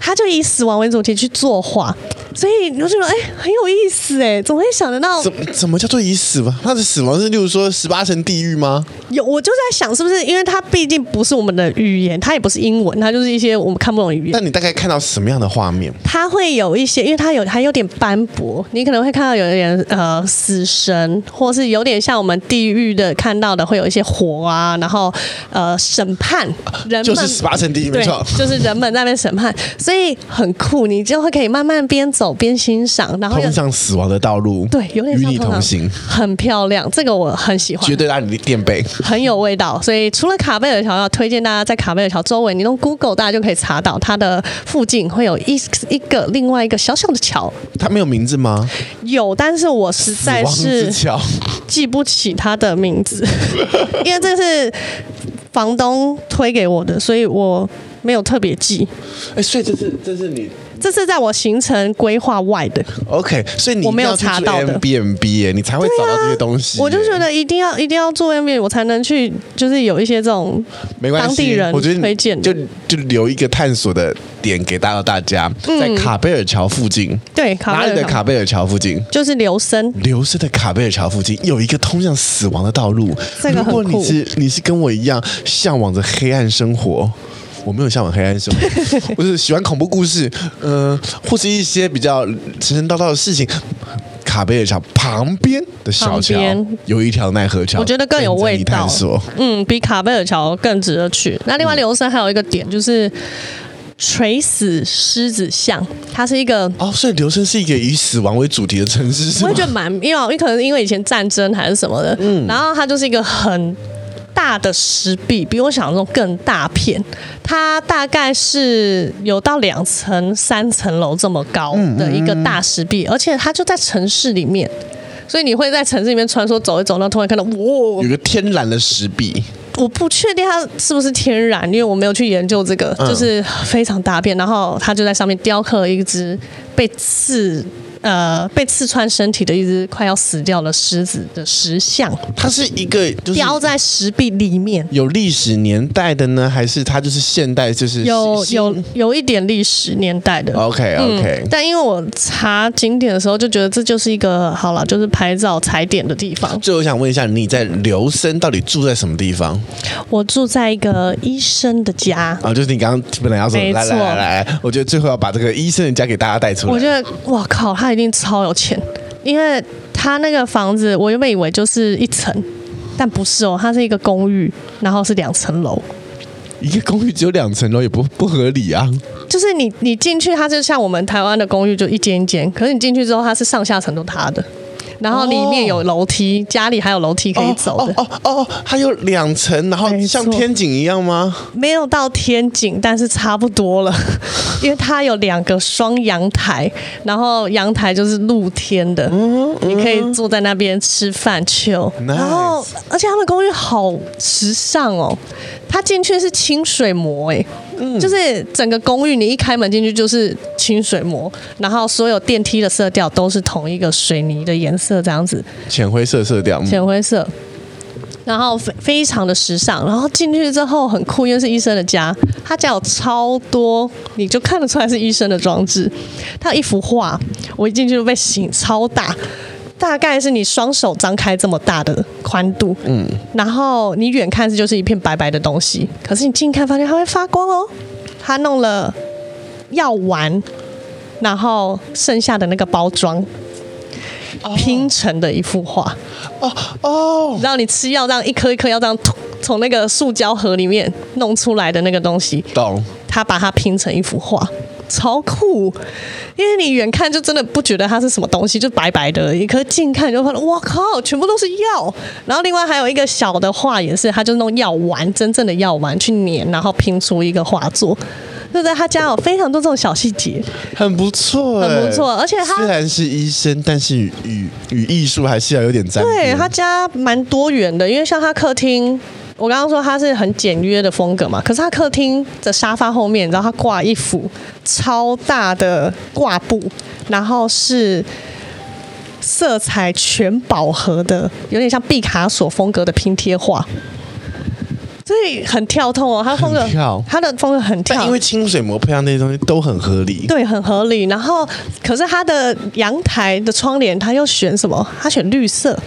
他就以死亡为主题去作画，所以我就觉得哎、很有意思哎，怎么会想得到？怎么怎么叫做已死亡？他的死亡是，例如说十八层地狱吗？有我就在想是不是因为它毕竟不是我们的语言，它也不是英文，它就是一些我们看不懂的语言那。你大概看到什么样的画面？它会有一些，因为它有还有点斑驳，你可能会看到有一点呃死神，或是有点像我们地狱的看到的，会有一些火啊，然后呃审判人们就是十八层地狱，没对错。，就是人们在那边审判，所以很酷，你就会可以慢慢边走边欣赏，然后又通向死亡的道路，对，有点与像你通常同行，很漂亮，这个我很喜欢绝，对让你垫背。很有味道。所以除了卡贝尔桥，要推荐大家在卡贝尔桥周围，你用 Google 大家就可以查到它的附近会有一一个另外一个小小的桥，他没有名字吗？有，但是我实在死亡之是桥，记不起它的名 字，因为这是房东推给我的，所以我没有特别记。哎，所以这是这是你这是在我行程规划外的。 OK，所以你我没有一定要去查住到的 Airbnb 耶，你才会找到这些东西啊耶。我就觉得一定要一定要做 M B，我才能去，就是有一些这种没关系，当地人我觉得你推荐的就就留一个探索的点给到大家，在卡贝尔桥附近，对嗯卡哪贝里尔的桥卡贝尔桥附近？就是留声。流失的卡贝尔桥附近有一个通向死亡的道路。这个如很果你酷是你是跟我一样向往着黑暗生活，我没有向往黑暗生 活，我是喜欢恐怖故事，呃，或是一些比较神神叨叨的事情。卡贝尔桥旁边的小桥旁边有一条奈何桥，我觉得更有味等着你道探索。嗯嗯，比卡贝尔桥更值得去。那另外留声还有一个点就是垂死狮子像，它是一个。哦，所以留声是一个以死亡为主题的城市，是我吗也？觉得蛮，因为可能因为以前战争还是什么的，嗯然后它就是一个很大的石壁，比我想象中更大片，它大概是有到两层、三层楼这么高嗯的一个大石壁，而且它就在城市里面。所以你会在城市里面穿梭走一走，然后突然看到，哇有！个天然的石壁，我不确定它是不是天然，因为我没有去研究这嗯个，就是非常大片，然后它就在上面雕刻了一只被刺呃被刺穿身体的一只快要死掉的狮子的石像，它是一个就是雕在石壁里面。有历史年代的呢，还是它就是现代就是有新有有一点历史年代的 OK 嗯 OK，、但因为我查景点的时候就觉得这就是一个好了，就是拍照踩点的地方。最后想问一下，你在留声到底住在什么地方我住在一个医生的家，啊？就是你刚刚本来要说，没来来错来来来，我觉得最后要把这个医生的家给大家带出来。我觉得，哇靠，他一定超有钱，因为他那个房子，我原本以为就是一层，但不是哦，它是一个公寓，然后是两层楼。一个公寓只有两层楼，也不不合理啊。就是你你进去，它就像我们台湾的公寓，就一间一间，可是你进去之后，它是上下层都它的，然后里面有楼梯，家里还有楼梯可以走的，哦哦哦哦，它有两层，然后没错像天井一样吗？没有到天井，但是差不多了， 因为它有两个双阳台，然后阳台就是露天的，你可以坐在那边吃饭、chill， Nice 然后而且他们公寓好时尚哦，它进去是清水模、欸，哎，就是整个公寓你一开门进去就是清水模，然后所有电梯的色调都是同一个水泥的颜色这样子，浅灰色色调，嗯浅灰色，然后非非常的时尚。然后进去之后很酷，因为是医生的家，他家有超多，你就看得出来是医生的装置。他有一幅画，我一进去就被吸引，超大。大概是你双手张开这么大的宽度，嗯，然后你远看是就是一片白白的东西，可是你近看发现它会发光哦。他弄了药丸，然后剩下的那个包装拼成的一幅画，哦，让你吃药，这样一颗一颗要这样吐从那个塑胶盒里面弄出来的那个东西，懂。他把它拼成一幅画，超酷！因为你远看就真的不觉得它是什么东西，就白白的而已，可是近看你就发现，哇靠，全部都是药。然后另外还有一个小的画也是，他就弄药丸，真正的药丸去粘，然后拼出一个画作。就在他家有非常多这种小细节，很不错、欸，很不错而且他虽然是医生，但是与与与艺术还是要有点沾边。对他家蛮多元的，因为像他客厅，我刚刚说他是很简约的风格嘛，可是他客厅的沙发后面，你知道他挂一幅超大的挂布，然后是。色彩全饱和的，有点像毕卡索风格的拼贴画，所以很跳痛哦。他风格很跳，他的风格很跳，但因为清水膜配上那些东西都很合理。对，很合理。然后，可是它的阳台的窗帘，它又选什么？它选绿色。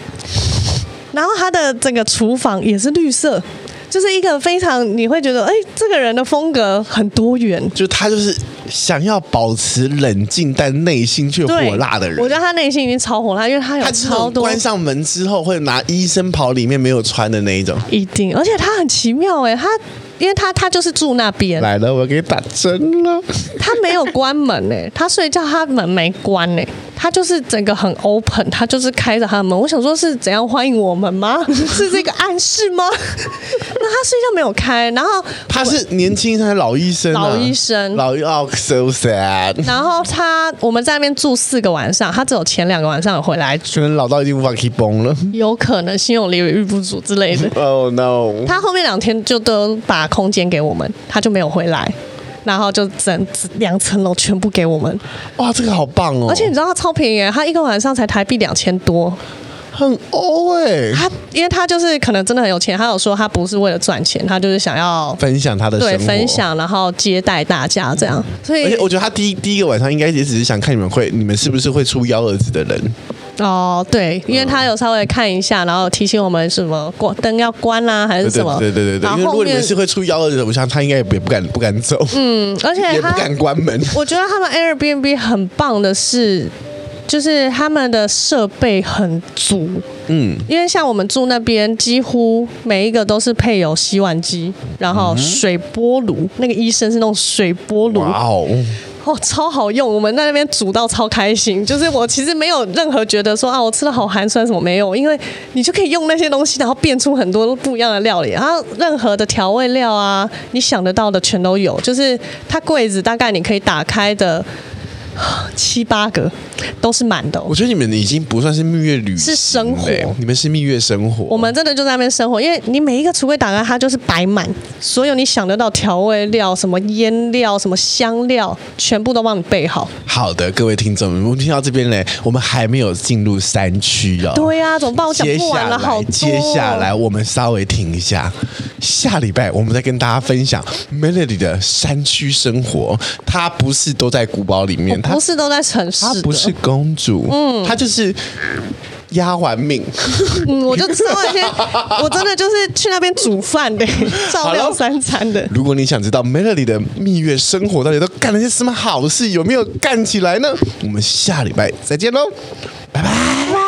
然后它的整个厨房也是绿色，就是一个非常你会觉得，哎，这个人的风格很多元。就他就是想要保持冷静，但内心却对，火辣的人。我觉得他内心已经超火辣，因为他有他就是那超种多关上门之后会拿医生袍里面没有穿的那一种。一定，而且他很奇妙哎，他因为他他就是住那边，来了，我给你打针了。他没有关门诶、他睡觉他门没关诶、他就是整个很 open，他就是开着他的门。我想说是怎样欢迎我们吗？是这个暗示吗？ 那他睡觉没有开，然后他是年轻，他是老医生、啊，老医生老医哦，so sad。然后他我们在那边住四个晚上，他只有前两个晚上有回来住，可能老到已经无法可以崩了。有可能信用力有余不足之类的。 Oh no！他后面两天就都把空间给我们，他就没有回来。然后就整两层楼全部给我们，哇，这个好棒哦！而且你知道他超便宜耶，欸他一个晚上才台币两千多，很欧哎、他因为他就是可能真的很有钱，他有说他不是为了赚钱，他就是想要分享他的生对活分。享，然后接待大家这样。所而且以我觉得他第一第一个晚上应该也只是想看你们会，你们是不是会出幺蛾子的人。哦，对，因为他有稍微看一下，然后提醒我们什么关灯要关啦、还是对什么。对对对对对，然因为后如后果你面们是会出幺蛾子的，我想他应该也不也不敢不敢走， 嗯，而且也不他敢关门。我觉得他们 Airbnb 很棒的是，就是他们的设备很足，嗯，因为像我们住那边，几乎每一个都是配有洗碗机，然后水波炉，那个医生是那种水波炉，嗯哇哦，哦，超好用！我们在那边煮到超开心，就是我其实没有任何觉得说啊，我吃的好寒酸什么没有，因为你就可以用那些东西，然后变出很多不一样的料理，然后任何的调味料啊，你想得到的全都有。就是它柜子大概你可以打开的啊七八个都是满的哦、我觉得你们已经不算是蜜月旅行是生活嘞你们是蜜月生活。我们真的就在那边生活，因为你每一个橱柜打开，它就是摆满所有你想得到调味料，什么腌料、什么香料，全部都帮你备好。好的，各位听众们，我们听到这边嘞，我们还没有进入山区哦。对呀、怎么办？我讲接不下完来，了，好多哦。接下来我们稍微停一下，下礼拜我们再跟大家分享 Melody 的山区生活。她不是都在古堡里面，她不是都在城市她的，不是公主，嗯，她就是丫完命。嗯，我就知道那些，我真的就是去那边煮饭 的，照料三餐的。如果你想知道 Melody 的蜜月生活到底都干了些什么好事，有没有干起来呢？我们下礼拜再见喽，拜拜。